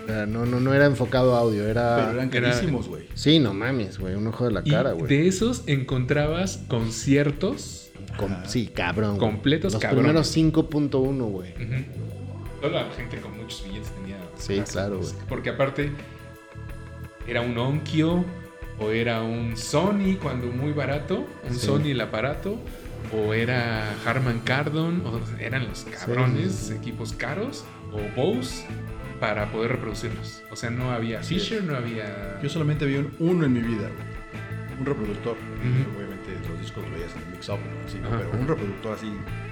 O sea, no, no, no era enfocado a audio, Pero era... eran Era- carísimos, güey. Sí, no mames, güey, un ojo de la Y cara, güey. de esos encontrabas conciertos. Com- Ajá. Sí, cabrón. güey. Completos, Los cabrón. primeros 5.1, güey. Ujú. Solo la gente con muchos billetes tenía. Sí, claro, güey. Pues, Porque aparte, era un Onkyo o era un Sony cuando muy barato, un Sí. Sony el aparato, o era Harman Kardon, o eran los cabrones, sí, sí. equipos caros, o Bose para poder reproducirlos. O sea, no había Así Fisher, no había. Yo solamente vi un- uno en mi vida, güey. Un reproductor. Ujú. Obviamente los discos los veías en el mix-up, ¿no? Así, Ajá. pero un reproductor así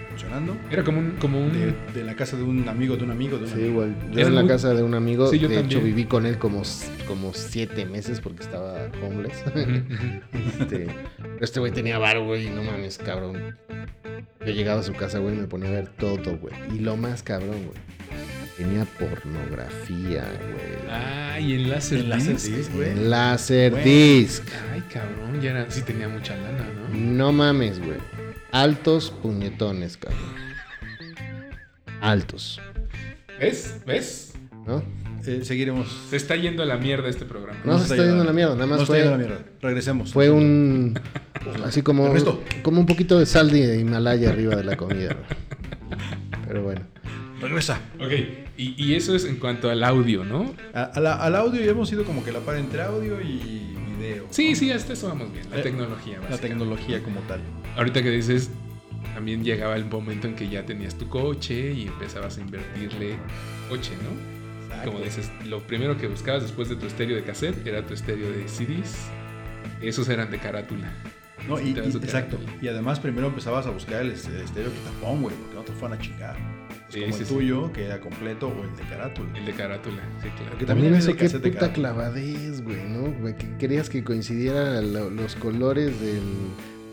funcionando. Era como un. Como un De, de la casa de un amigo, de un amigo, de un Sí, amigo. igual. Yo Era en la muy- casa de un amigo, Sí, de yo hecho también. viví con él como, s- como siete meses porque estaba homeless. Ujú, ujú. Este, pero este güey tenía bar, güey, y no mames, cabrón. Yo llegaba a su casa, güey, y me ponía a ver todo, güey. Y lo más cabrón, güey. Tenía pornografía, güey. Ah, y en El Laserdisc. Laserdisc, güey. Láser Güey. disc. Ay, cabrón, ya era, sí tenía mucha lana, Mm. ¿no? No mames, güey. Altos puñetones, cabrón. Altos, ¿Ves? ¿Ves? ¿no? Eh, seguiremos. Se está yendo a la mierda este programa. No, se está yendo a la mierda, nada más no fue- está yendo a la mierda. Regresemos. Fue un... Así como... Ernesto. Como un poquito de sal de Himalaya arriba de la comida, güey. Pero bueno. Regresa. Ok, y, y eso es en cuanto al audio, ¿no? A- a la- al audio ya hemos ido como que la par entre audio y video. Sí, sí, hasta eso vamos bien, la Eh, tecnología. La básicamente. tecnología como tal. Ahorita que dices, también llegaba el momento en que ya tenías tu coche y empezabas a invertirle coche, ¿no? Como dices, lo primero que buscabas después de tu estéreo de cassette era tu estéreo de CDs. Esos eran de carátula. No, y, Te y- vas a tocar. exacto. Y además primero empezabas a buscar el, este- el estéreo que tapón, güey, porque no te fueron a chingar. Es Sí, como sí, el sí. tuyo, que era completo, o el de carátula. El de carátula, sí, claro. Porque También había eso de qué cassette de puta carátula. clavadez, güey, ¿no? Güey, que querías que coincidieran lo- los colores del...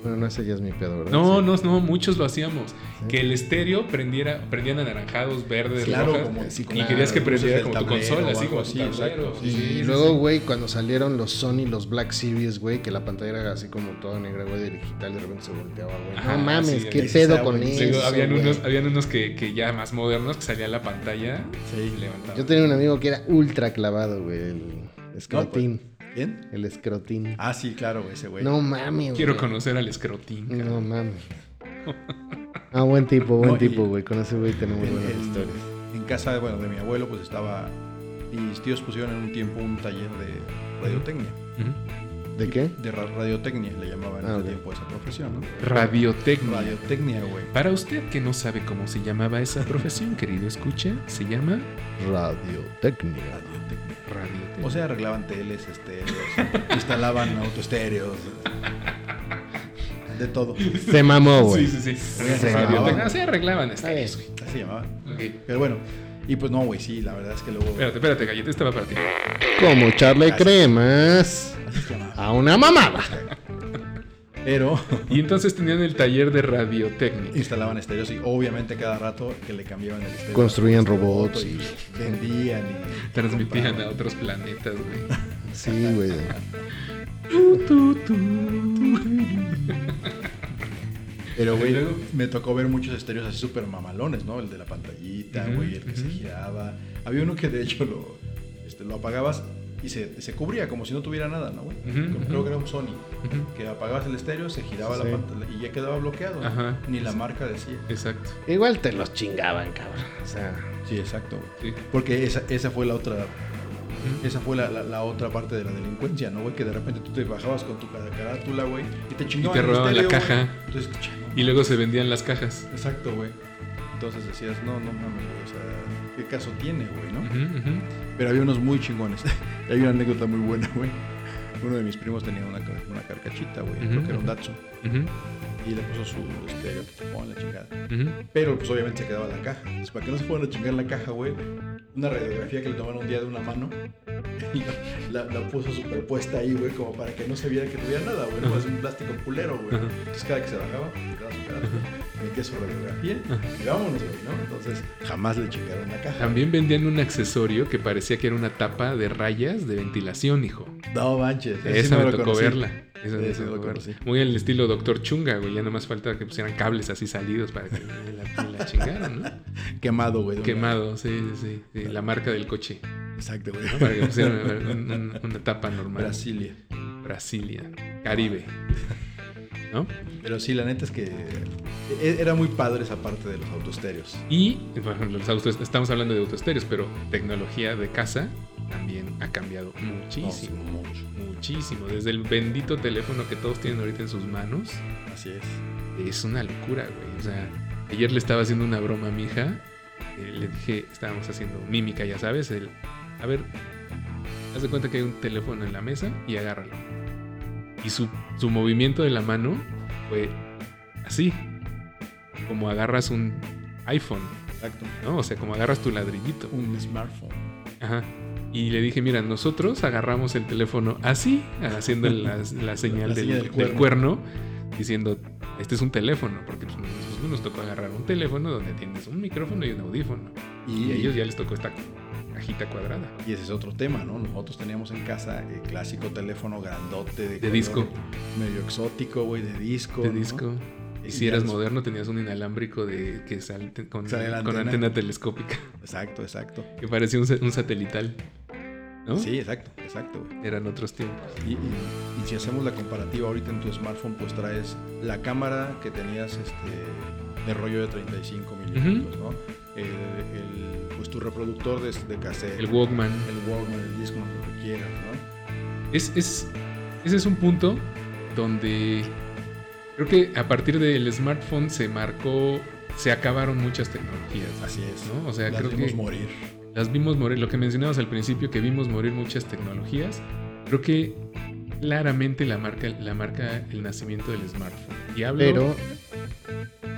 Bueno, no, ese ya es mi pedo, ¿verdad? No, Sí. no, no, muchos lo hacíamos. Sí. Que el estéreo prendiera, prendían anaranjados, verdes, Claro, rojas. como sí, como y querías que luces prendiera del como tu tablero consola, o así algo como tu tablero. exacto. Sí, Sí. Y luego, güey, cuando salieron los Sony, los Black Series, güey, que la pantalla era así como toda negra, güey, de digital, de repente se volteaba, güey. Ajá, no mames, sí, qué ese pedo está con buenísimo. eso. Digo, habían, güey. unos, habían unos que, que ya más modernos que salía la pantalla y levantaba. Yo tenía un amigo que era ultra clavado, güey, el escrotín. pues. ¿Bien? El escrotín. Ah, sí, claro, ese güey. no mames, Quiero güey. conocer al escrotín. cabrón. eh, No mames. Ah, buen tipo, buen No, y- tipo, güey. Con ese güey tenemos en, buenas en- historias. en casa bueno, de mi abuelo, pues estaba. Mis tíos pusieron en un tiempo un taller de radiotecnia. Ujú. ¿De qué? De ra- radiotecnia le llamaban en Ah, ese ok. tiempo esa profesión, ¿no? Radiotecnia. Radiotecnia, güey. Para usted que no sabe cómo se llamaba esa profesión, querido escucha, se llama Radiotecnia. Radiotecnia. radiotecnia. O sea, arreglaban teles, estéreos, instalaban autoestéreos, de todo. Se mamó, güey. sí, sí, sí. Oigan, se Radiotecnia. llamaba. Se arreglaban estas. Está bien. Así llamaba. Ok. Pero bueno, y pues no, güey, sí, la verdad es que luego. Espérate, espérate, galleta, estaba para ti. Como echarle Así. cremas Así se llamaba. a una mamada. Pero Y entonces tenían el taller de radiotecnia. instalaban estéreos y obviamente cada rato que le cambiaban el estéreo. Construían Este robots y y- vendían y Transmitían a compraban. otros planetas, güey. Sí, güey. Pero, Y güey, luego- me tocó ver muchos estéreos así súper mamalones, ¿no? El de la pantallita, Ujú, güey, el que se ujú. giraba. Había uno que de hecho lo, este, lo apagabas y se, se cubría como si no tuviera nada, ¿no, güey? Ujú, Creo- ujú. Creo que era un Sony. Ujú. Que apagabas el estéreo, se giraba Sí, la sí. pantalla y ya quedaba bloqueado. ¿no? Ajá. Ni la marca decía. Exacto. Igual te los chingaban, cabrón. O sea, Sí, exacto. güey. Sí. Porque esa, esa fue la otra. Esa fue la, la- la otra parte de la delincuencia, ¿no, güey? Que de repente tú te bajabas con tu cara- carátula, güey, y te chingaban te el robaban la estéreo, caja. güey. Entonces, chingón, Y luego se vendían las cajas. Exacto, güey. Entonces decías, no, no mames, güey, o sea, ¿qué caso tiene, güey, no? Ujú, ujú. Pero había unos muy chingones. Hay una anécdota muy buena, güey. Uno de mis primos tenía una, car- una carcachita, güey, Ujú, creo que era un ujú. Datsun, Ujú, y le puso su estéreo, que te pongo la chingada. ujú. Pero, pues, obviamente se quedaba la caja. Entonces, para que no se fueran a chingar la caja, güey, una radiografía que le tomaron un día de una mano, la, la puso superpuesta ahí, güey, como para que no se viera que tuviera nada, güey. ¿no? Es un plástico culero, güey. Ajá. Entonces, cada que se bajaba, se quedaba su cara, metía su radiografía y vámonos, güey, ¿no? Entonces, jamás le chingaron la caja. También vendían un accesorio que parecía que era una tapa de rayas de ventilación, hijo. No manches. ese sí Esa no me lo tocó conocí. verla. Esa me Ese tocó lo verla. conocí. Muy al estilo Doctor Chunga, güey. Ya nomás falta que pusieran cables así salidos para que me la, me la chingaran, ¿no? Quemado, güey. de una- Quemado, sí, sí, sí, sí, La marca del coche, Exacto, güey. ¿no? Para que pusieran un- un- una tapa normal. Brasilia. Brasilia. Caribe. ¿No? Pero sí, la neta es que e- era muy padre esa parte de los autoestéreos. Y, por ejemplo, los autos, estamos hablando de autoestéreos, pero tecnología de casa también ha cambiado muchísimo. No, mucho. Muchísimo. Desde el bendito teléfono que todos tienen ahorita en sus manos. Así es. Es una locura, güey. O sea, ayer le estaba haciendo una broma a mi hija. eh, le dije, estábamos haciendo mímica, ya sabes. El, a ver, haz de cuenta que hay un teléfono en la mesa y agárralo. Y su, su movimiento de la mano fue así. Como agarras un iPhone, Exacto. ¿no? O sea, como agarras tu ladrillito. Un smartphone. Ajá. Y le dije, mira, nosotros agarramos el teléfono así, haciendo la, la señal La del, señal del del cuerno. cuerno. diciendo, este es un teléfono, porque pues, nosotros nos tocó agarrar un teléfono donde tienes un micrófono y un audífono. Y, a ellos ya les tocó esta cajita cuadrada. Y ese es otro tema, ¿no? Nosotros teníamos en casa el clásico teléfono grandote. De, De color disco, Medio exótico, güey, de disco. de ¿no? disco. Y Y si ya eras los- moderno tenías un inalámbrico de que sal- con, Sale la con antena. antena telescópica, Exacto, exacto. que parecía un, sa- un satelital. ¿No? Sí, exacto, exacto, güey. Eran otros tiempos. Y, y- y si hacemos la comparativa ahorita en tu smartphone, pues traes la cámara que tenías este, de rollo de 35 milímetros, ¿no? El, el- pues tu reproductor de, de cassette, El Walkman. el Walkman, el disco, lo que quieras, ¿no? Es, es- ese es un punto donde creo que a partir del smartphone se marcó, se acabaron muchas tecnologías. Así es. ¿No? O sea, Las creo vimos que- morir. Las vimos morir, lo que mencionabas al principio, que vimos morir muchas tecnologías, creo que claramente la marca, la marca el nacimiento del smartphone. Y hablo, pero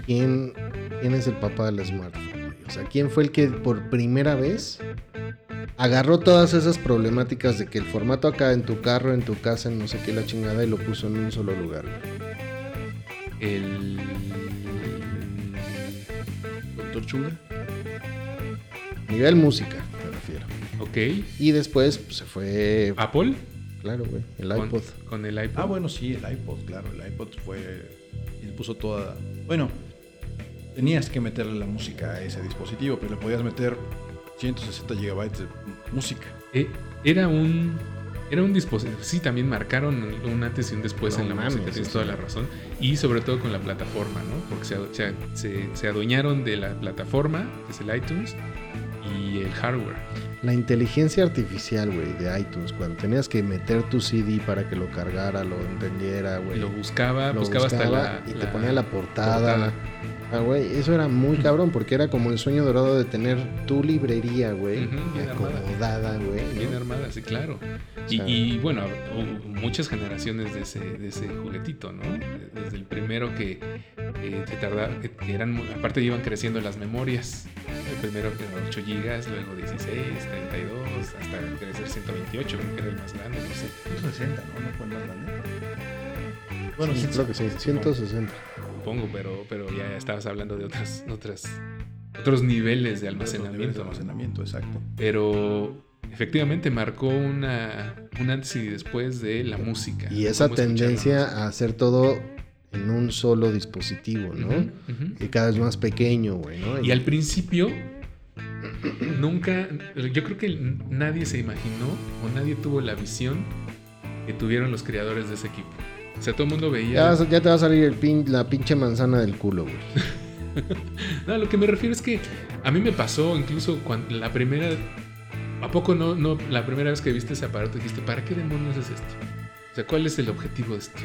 ¿quién, ¿quién es el papá del smartphone? güey? O sea, ¿quién fue el que por primera vez agarró todas esas problemáticas de que el formato acá en tu carro, en tu casa, en no sé qué la chingada y lo puso en un solo lugar? güey? el... Doctor Chunga. Nivel música, me refiero. Ok, Y después pues, se fue, Apple claro, güey, el con- iPod. Con, el iPod. Ah, bueno, sí, el iPod, claro. El iPod fue. Él puso toda. Bueno, tenías que meterle la música a ese dispositivo, pero le podías meter 160 gigabytes de música. Eh, era un era un dispositivo. Sí, también marcaron un antes y un después No en la mames, música, tienes sí, toda sí. la razón. Y sobre todo con la plataforma, ¿no? Porque se, ado- se a- se- se adueñaron de la plataforma, que es el iTunes, y el hardware. La inteligencia artificial, güey, de iTunes, cuando tenías que meter tu CD para que lo cargara, lo entendiera, güey. Lo buscaba, lo buscaba, hasta buscaba la. y te ponía la portada. portada. Ah, güey, eso era muy cabrón porque era como el sueño dorado de tener tu librería, güey, Ujú, bien armada. acomodada, güey. ¿no? Bien armada, sí, claro. Y, sea- y, bueno, hubo muchas generaciones de ese, de ese juguetito, ¿no? Desde el primero que, eh, te tarda- que- que eran, muy- aparte iban creciendo las memorias. El primero que era 8 GB, luego 16, 32, hasta crecer 128, creo que era el más grande, no sé. 160, ¿no? No fue más grande. Bueno, Sí, sí, creo que sí, 160. Supongo, pero, pero ya estabas hablando de otras, otras, otros niveles de almacenamiento. almacenamiento. Ah, almacenamiento, exacto. Pero efectivamente marcó una, un antes y después de la música. Y de esa cómo escuchar la tendencia música. a hacer todo en un solo dispositivo, ¿no? Ujú, ujú. Y cada vez más pequeño, güey, ¿no? Y al principio nunca, yo creo que nadie se imaginó o nadie tuvo la visión que tuvieron los creadores de ese equipo. O sea, todo el mundo veía. Ya, vas- ya te va a salir el pin- la pinche manzana del culo, güey. No, lo que me refiero es que a mí me pasó incluso cuando la primera. ¿A poco no, no? La primera vez que viste ese aparato dijiste, ¿para qué demonios es esto? O sea, ¿cuál es el objetivo de esto?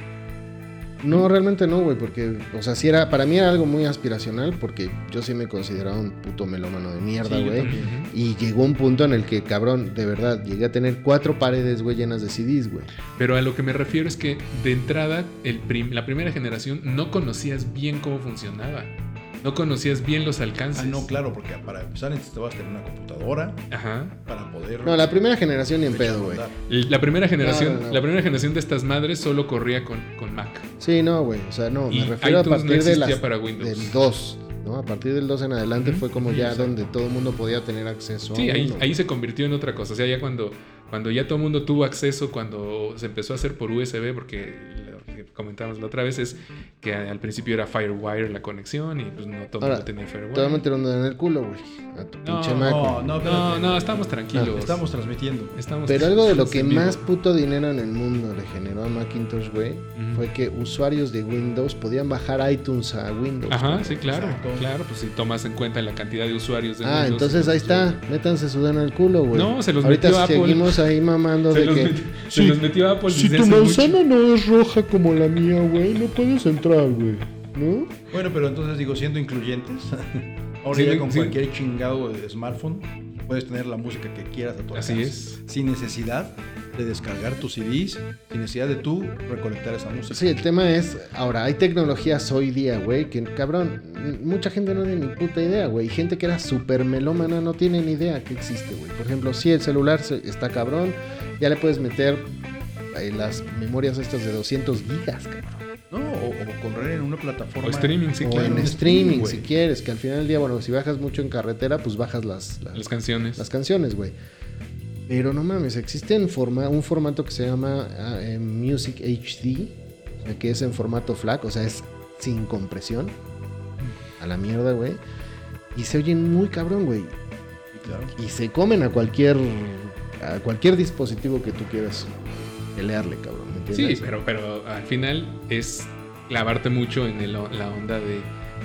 No, realmente no, güey, porque, o sea, sí era, para mí era algo muy aspiracional, porque yo sí me consideraba un puto melómano de mierda, Sí, yo güey. también. Ujú. Y llegó un punto en el que, cabrón, de verdad, llegué a tener cuatro paredes, güey, llenas de CDs, güey. Pero a lo que me refiero es que de entrada, el prim- la primera generación no conocías bien cómo funcionaba. No conocías bien los alcances. Ah, no, claro, porque para empezar necesitabas tener una computadora Ajá. para poder. No, la primera generación ni en de hecho, pedo, güey. mandar. La primera generación, no, no. la primera generación de estas madres solo corría con, con Mac. Sí, no, güey, o sea, no, Y me refiero a iTunes no partir de existía las, para Windows. del 2, ¿no? A partir del 2 en adelante Ujú, fue como ujú, ya exacto. donde todo el mundo podía tener acceso Sí, a ahí, uno. ahí se convirtió en otra cosa. O sea, ya cuando, cuando ya todo el mundo tuvo acceso, cuando se empezó a hacer por USB, porque lo que comentábamos la otra vez es que al principio era Firewire la conexión y pues no todo el Ahora, mundo tenía Firewire. Te va a meter un dedo en el culo, güey, a tu No, pinche Mac, güey. No, no, No, espérate. no, estamos tranquilos. Estamos transmitiendo. Estamos Pero algo de lo que en vivo. más puto dinero en el mundo le generó a Macintosh, güey, Ujú. fue que usuarios de Windows podían bajar iTunes a Windows. Ajá, sí, claro. Pues, Exacto. Claro, pues si tomas en cuenta la cantidad de usuarios de Ah, Windows, entonces ahí está. Métanse su dedo en el culo, güey. No, se los Ahorita metió Apple. seguimos ahí mamando Se de los, que. metió, se los metió Apple si desde tu hace mucho. manzana no es roja como la mía, güey, no puedes entrar, güey. ¿No? Bueno, pero entonces digo, siendo incluyentes, ahora Sí, ya sí. con cualquier chingado de smartphone puedes tener la música que quieras a tu Así alcance. es. Sin necesidad de descargar tus CDs, sin necesidad de tú recolectar esa música. Sí, el tema es, ahora, hay tecnologías hoy día, güey, que cabrón, m- mucha gente no tiene ni puta idea, güey. Y Gente que era súper melómana no tiene ni idea que existe, güey. Por ejemplo, si el celular se- está cabrón, ya le puedes meter eh, las memorias estas de 200 gigas, cabrón. No, o, o correr en una plataforma. O streaming, sí, o claro. en un streaming, streaming, si güey. quieres, que al final del día, bueno, si bajas mucho en carretera, pues bajas las, las, Las canciones. las canciones, güey. Pero no mames, existe en forma, un formato que se llama ah, eh, Music HD, o sea, que es en formato FLAC, o sea, es sin compresión. A la mierda, güey. Y se oyen muy cabrón, güey. Sí, claro. Y se comen a cualquier a cualquier dispositivo que tú quieras pelearle, cabrón. ¿me Sí, entiendes? pero, pero al final es clavarte mucho en el o- la onda de,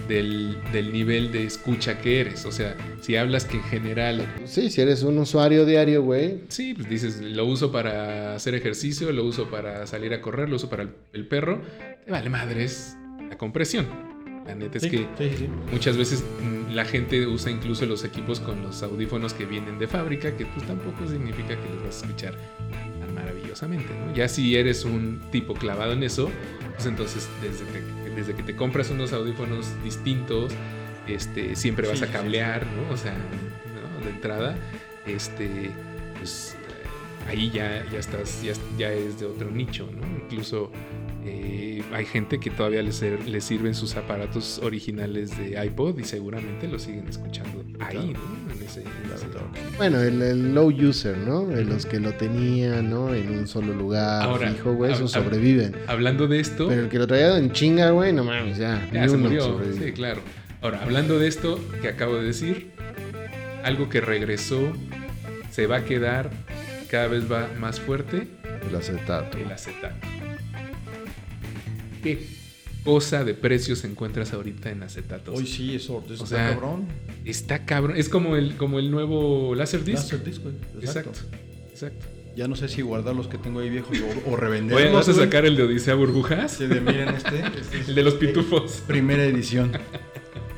del, del nivel de escucha que eres. O sea, si hablas que en general, Sí, si eres un usuario diario, güey, sí, pues dices, lo uso para hacer ejercicio, lo uso para salir a correr, lo uso para el, el perro, te vale madres la compresión. La neta es Sí, que sí, sí. muchas veces mm, la gente usa incluso los equipos con los audífonos que vienen de fábrica, que pues tampoco significa que los vas a escuchar tan maravillosamente, ¿no? Ya si eres un tipo clavado en eso, pues entonces desde que, desde que te compras unos audífonos distintos, este, siempre vas Sí, a sí, cablear, ¿no? O sea, ¿no? de entrada, este, pues eh, ahí ya, ya estás, ya, ya es de otro nicho, ¿no? Incluso eh, hay gente que todavía les, ser- les sirven sus aparatos originales de iPod y seguramente lo siguen escuchando ahí, ¿no? En ese- en ese- Claro, claro. Bueno, el, el low user, ¿no? De los que lo tenían, ¿no? En un solo lugar Ahora, fijo, güey, a- esos a- sobreviven. Hablando de esto, Pero el que lo traía en chinga, güey, no mames, ya. Ya ni se uno murió. sobrevive. Sí, claro. Ahora, hablando de esto que acabo de decir, algo que regresó se va a quedar cada vez va más fuerte El acetato. el acetato. ¿Qué cosa de precios encuentras ahorita en acetatos? Hoy sí, eso, eso O está sea, cabrón. Está cabrón. Es como el, como el nuevo Laserdisc. Láser disc, güey. Exacto. Exacto. Exacto. Ya no sé si guardar los que tengo ahí viejos o, o revenderlos. Oye, ¿vas a güey. sacar el de Odisea Burbujas? Sí, de, miren este. este es El de los pitufos. Primera edición.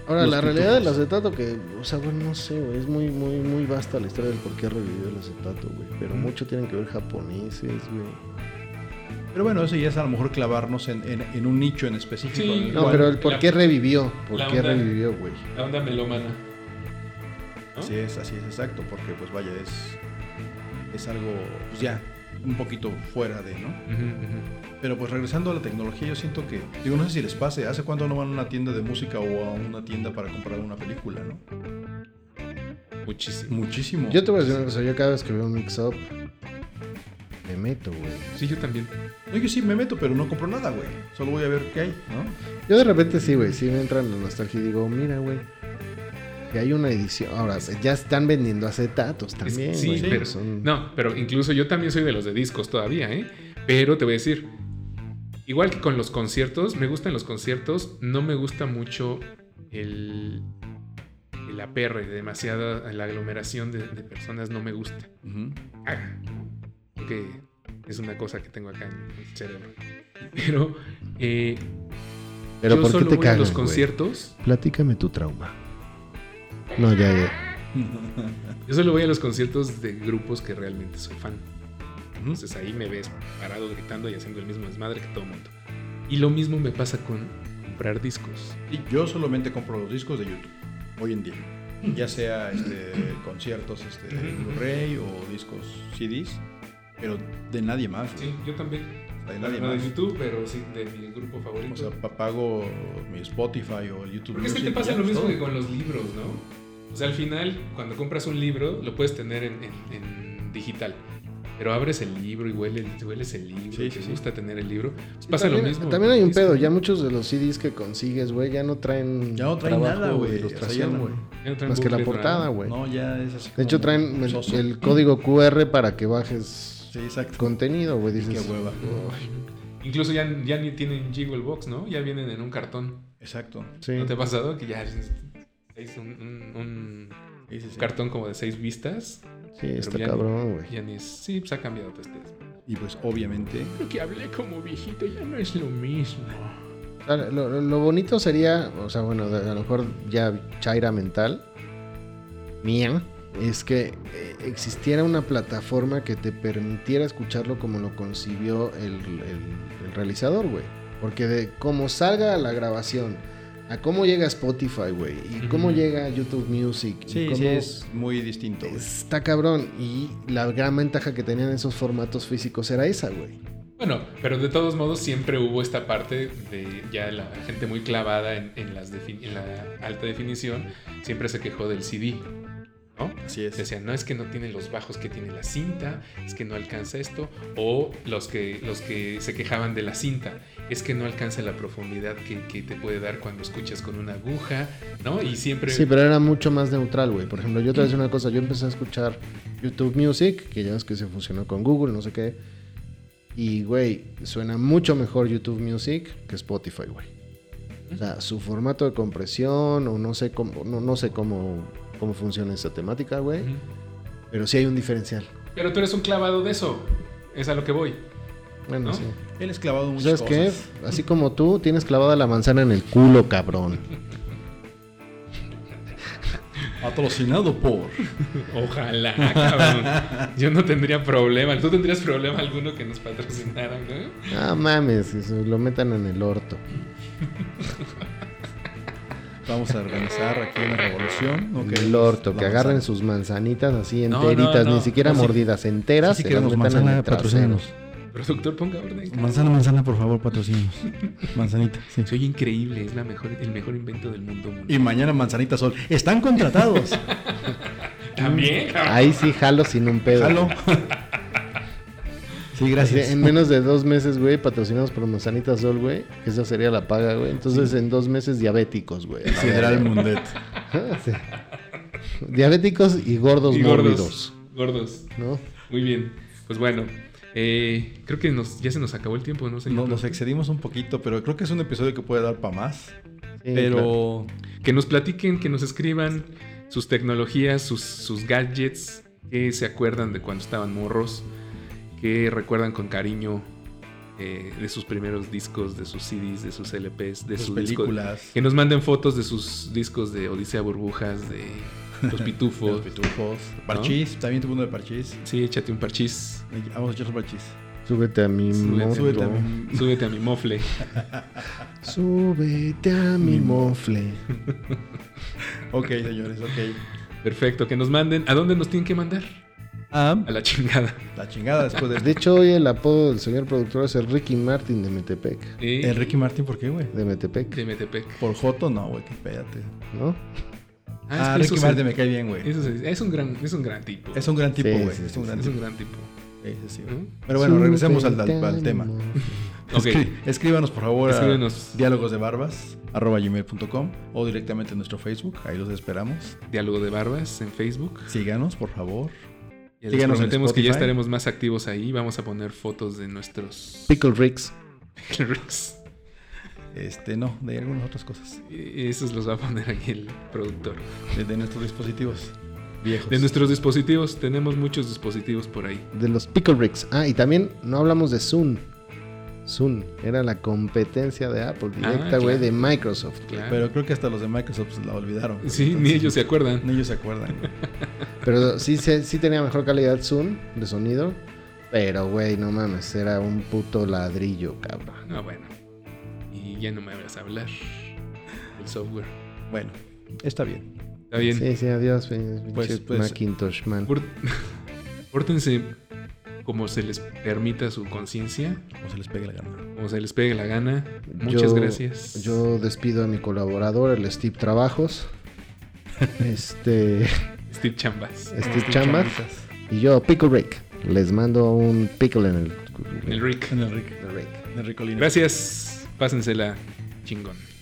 Ahora, Los la realidad del pitufos. acetato que, o sea, bueno, no sé, güey, es muy, muy, muy vasta la historia del por qué revivió el acetato, güey. Pero Mm. mucho tienen que ver japoneses, güey. Pero bueno, eso ya es a lo mejor clavarnos en, en- en un nicho en específico. Sí. en el No, cual- pero el por la- qué revivió, por la qué onda- revivió, güey. La onda melómana. ¿no? Así es, así es, exacto, porque pues vaya, es, es algo, pues ya, un poquito fuera de, ¿no? Ujú, ujú. Pero pues regresando a la tecnología, yo siento que, digo, no sé si les pase, ¿hace cuánto no van a una tienda de música o a una tienda para comprar una película, ¿no? Muchísimo. Muchísimo. Yo te voy a decir una cosa, yo cada vez que veo un mix-up, me meto, güey. Sí, yo también. No, yo sí me meto, pero no compro nada, güey. Solo voy a ver qué hay, ¿no? Yo de repente sí, güey, sí me entra en la nostalgia y digo, mira, güey, porque hay una edición. Ahora, ya están vendiendo acetatos también. sí, güey, pero- son- No, pero incluso yo también soy de los de discos todavía, ¿eh? Pero te voy a decir, igual que con los conciertos, me gustan los conciertos, no me gusta mucho el, el aperre, demasiada la aglomeración de, de personas no me gusta. Ujú. Ah, porque Mm. es una cosa que tengo acá en el cerebro. Pero eh, Pero yo ¿por qué solo te voy cagas? a los conciertos. Platícame tu trauma. No, ya, ya. Yo solo voy a los conciertos de grupos que realmente soy fan. Ujú. Entonces ahí me ves parado gritando y haciendo el mismo desmadre que todo mundo. Y lo mismo me pasa con comprar discos. Y yo solamente compro los discos de YouTube hoy en día. Ya sea este, conciertos este, de Ujú. Blu-ray o discos CDs, pero de nadie más. güey. yo también. De nadie más. YouTube, pero sí de mi grupo favorito. O sea, pa- pago mi Spotify o el YouTube Porque es que Music te y pasa ya, lo pues, mismo todo. que con los libros, ¿no? O sea, al final, cuando compras un libro, lo puedes tener en, en- en digital. Pero abres el libro y huele- hueles el libro, Sí, y sí, te sí. gusta tener el libro. Pues pasa también, lo mismo. También hay un con el pedo. disco. Ya muchos de los CDs que consigues, güey, ya no traen. Ya no traen trabajo nada, de güey. O sea, ya Ilustración, no- güey. Ya no traen Más que la booklet, nada. portada, güey. No, ya es así. De hecho, como traen el, soso. el código QR para que bajes Sí, exacto. contenido, güey. Qué Dices, hueva. Incluso ya, ya ni tienen Jiggle Box, ¿no? Ya vienen en un cartón. Exacto. sí. ¿No te ha pasado que ya es un, un- un Sí, sí, sí. cartón como de seis vistas? Sí, está ya ni- cabrón, güey. Ya ni es... Sí, pues ha cambiado todo este. Y pues, obviamente, Creo que hablé como viejito, ya no es lo mismo. O sea, Lo, lo- lo bonito sería, o sea, bueno, de- a lo mejor ya chaira mental mía, es que eh, existiera una plataforma que te permitiera escucharlo como lo concibió el, el- el realizador, güey. Porque de cómo salga la grabación, a cómo llega a Spotify, güey, y cómo Ujú. llega a YouTube Music, y sí, cómo sí, es muy distinto. güey. Está cabrón. Y la gran ventaja que tenían esos formatos físicos era esa, güey. Bueno, pero de todos modos siempre hubo esta parte de ya la gente muy clavada en, en las defin- en la alta definición, siempre se quejó del CD, ¿no? Así es. Decían, no, es que no tiene los bajos que tiene la cinta, es que no alcanza esto, o los que, los que se quejaban de la cinta, es que no alcanza la profundidad que, que te puede dar cuando escuchas con una aguja, ¿no? Y siempre... Sí, pero era mucho más neutral, güey. Por ejemplo, yo te voy a decir una cosa. Yo empecé a escuchar YouTube Music, que ya es que se fusionó con Google, no sé qué. Y, güey, suena mucho mejor YouTube Music que Spotify, güey. O sea, su formato de compresión, o no sé cómo, no, no sé cómo, cómo funciona esa temática, güey. Ujú. Pero sí hay un diferencial. Pero tú eres un clavado de eso, es a lo que voy. Bueno, ¿No? sí. Él es clavado en muchas ¿Sabes qué? cosas. Así como tú, tienes clavada la manzana en el culo, cabrón. Patrocinado por. Ojalá, cabrón. Yo no tendría problema, tú tendrías problema alguno que nos patrocinaran, ¿no? Ah, mames, que se lo metan en el orto. Vamos a organizar aquí una revolución. ¿no? En queremos el orto, la que agarren manzana. sus manzanitas así No, enteritas, no, no. ni siquiera No, sí. mordidas enteras, Sí, se las queremos metan en manzana, el trasero. patrocínanos. Productor, ponga orden. Manzana, manzana, por favor, patrocínanos. Manzanita, sí. Soy increíble, es la mejor, el mejor invento del mundo. Y mañana Manzanita Sol. Están contratados. También, cabrón. Ahí sí jalo sin un pedo. Jalo. Sí, gracias. Así, En menos de dos meses, güey, patrocinados por Manzanitas Sol, güey. que Esa sería la paga, güey. Entonces, en dos meses, diabéticos, güey. Federal Mundet. Sí. Diabéticos y gordos Y mórbidos, gordos. Gordos. ¿no? Muy bien. Pues bueno, eh, creo que nos, ya se nos acabó el tiempo, ¿no, señor? No, nos excedimos un poquito, pero creo que es un episodio que puede dar para más. Sí, claro. pero Que nos platiquen, que nos escriban sus tecnologías, sus, sus gadgets, que se acuerdan de cuando estaban morros, que recuerdan con cariño eh, de sus primeros discos, de sus CDs, de sus LPs, de sus sus discos. películas. Que nos manden fotos de sus discos de Odisea Burbujas, de Los de Los Pitufos. pitufos. Parchís. También tuvo uno de parchís. sí, échate un parchís. Vamos a echar su parchís. Súbete a mi Súbete a moto. mi- Mm, Súbete a mi- Súbete a mi mofle. Súbete a mi mofle. Ok, señores, ok. Perfecto, que nos manden. ¿A dónde nos tienen que mandar? Ah, A la chingada. La chingada después de... De hecho, hoy el apodo del señor productor es el Ricky Martin de Metepec. Y- Enrique Martín, ¿por qué, güey? De Metepec, De Metepec. Ah, Por Joto, no, güey, que espérate. ¿no? es Ah, que Ricky eso se- Martin me cae bien, güey. eso se- es un gran, es un gran tipo. Es un gran tipo, Sí, güey. sí, es sí, un gran Es tipo. un gran tipo. Sí, sí, sí, güey. ¿no? Pero bueno, regresemos al, al- al Súbete a mi tema. mofle. Ok. Escri- Escríbanos, por favor, Escríbenos. a diálogosdebarbas.gmail.com o directamente en nuestro Facebook. Ahí los esperamos. Diálogo de Barbas en Facebook. Síganos, por favor. Y les Síganos en prometemos que ya Spotify. estaremos más activos ahí. Vamos a poner fotos de nuestros Pickle Ricks. pictures. Este, no, de algunas otras cosas. Y esos los va a poner aquí el productor. De, de nuestros dispositivos viejos. De nuestros dispositivos, tenemos muchos dispositivos por ahí. De los Pickle Ricks. Ah, y también no hablamos de Zoom. Zoom era la competencia de Apple directa, Ah, güey, de claro. Microsoft. Claro. Pero creo que hasta los de Microsoft se la olvidaron. güey. sí, ni Entonces, ellos se acuerdan. Ni ellos se acuerdan. güey. Pero sí, se- sí tenía mejor calidad Zoom de sonido. Pero, güey, no mames, era un puto ladrillo, cabrón. No, bueno. Y ya no me hagas hablar. El software. Bueno, está bien. Está bien. Sí, sí, adiós, pinche Pues- pues- Macintosh, man. Por- Pórtense como se les permita su conciencia, O se les pegue la gana. como se les pegue la gana. Muchas Yo- gracias. Yo despido a mi colaborador, el Steve Trabajos. Este, Steve Chambas. Steve Chambas. Y yo, Pickle Rick. Les mando un pickle en el, El Rick. En Enrique. el Rick. Enrique Olina. Gracias. Pásensela chingón.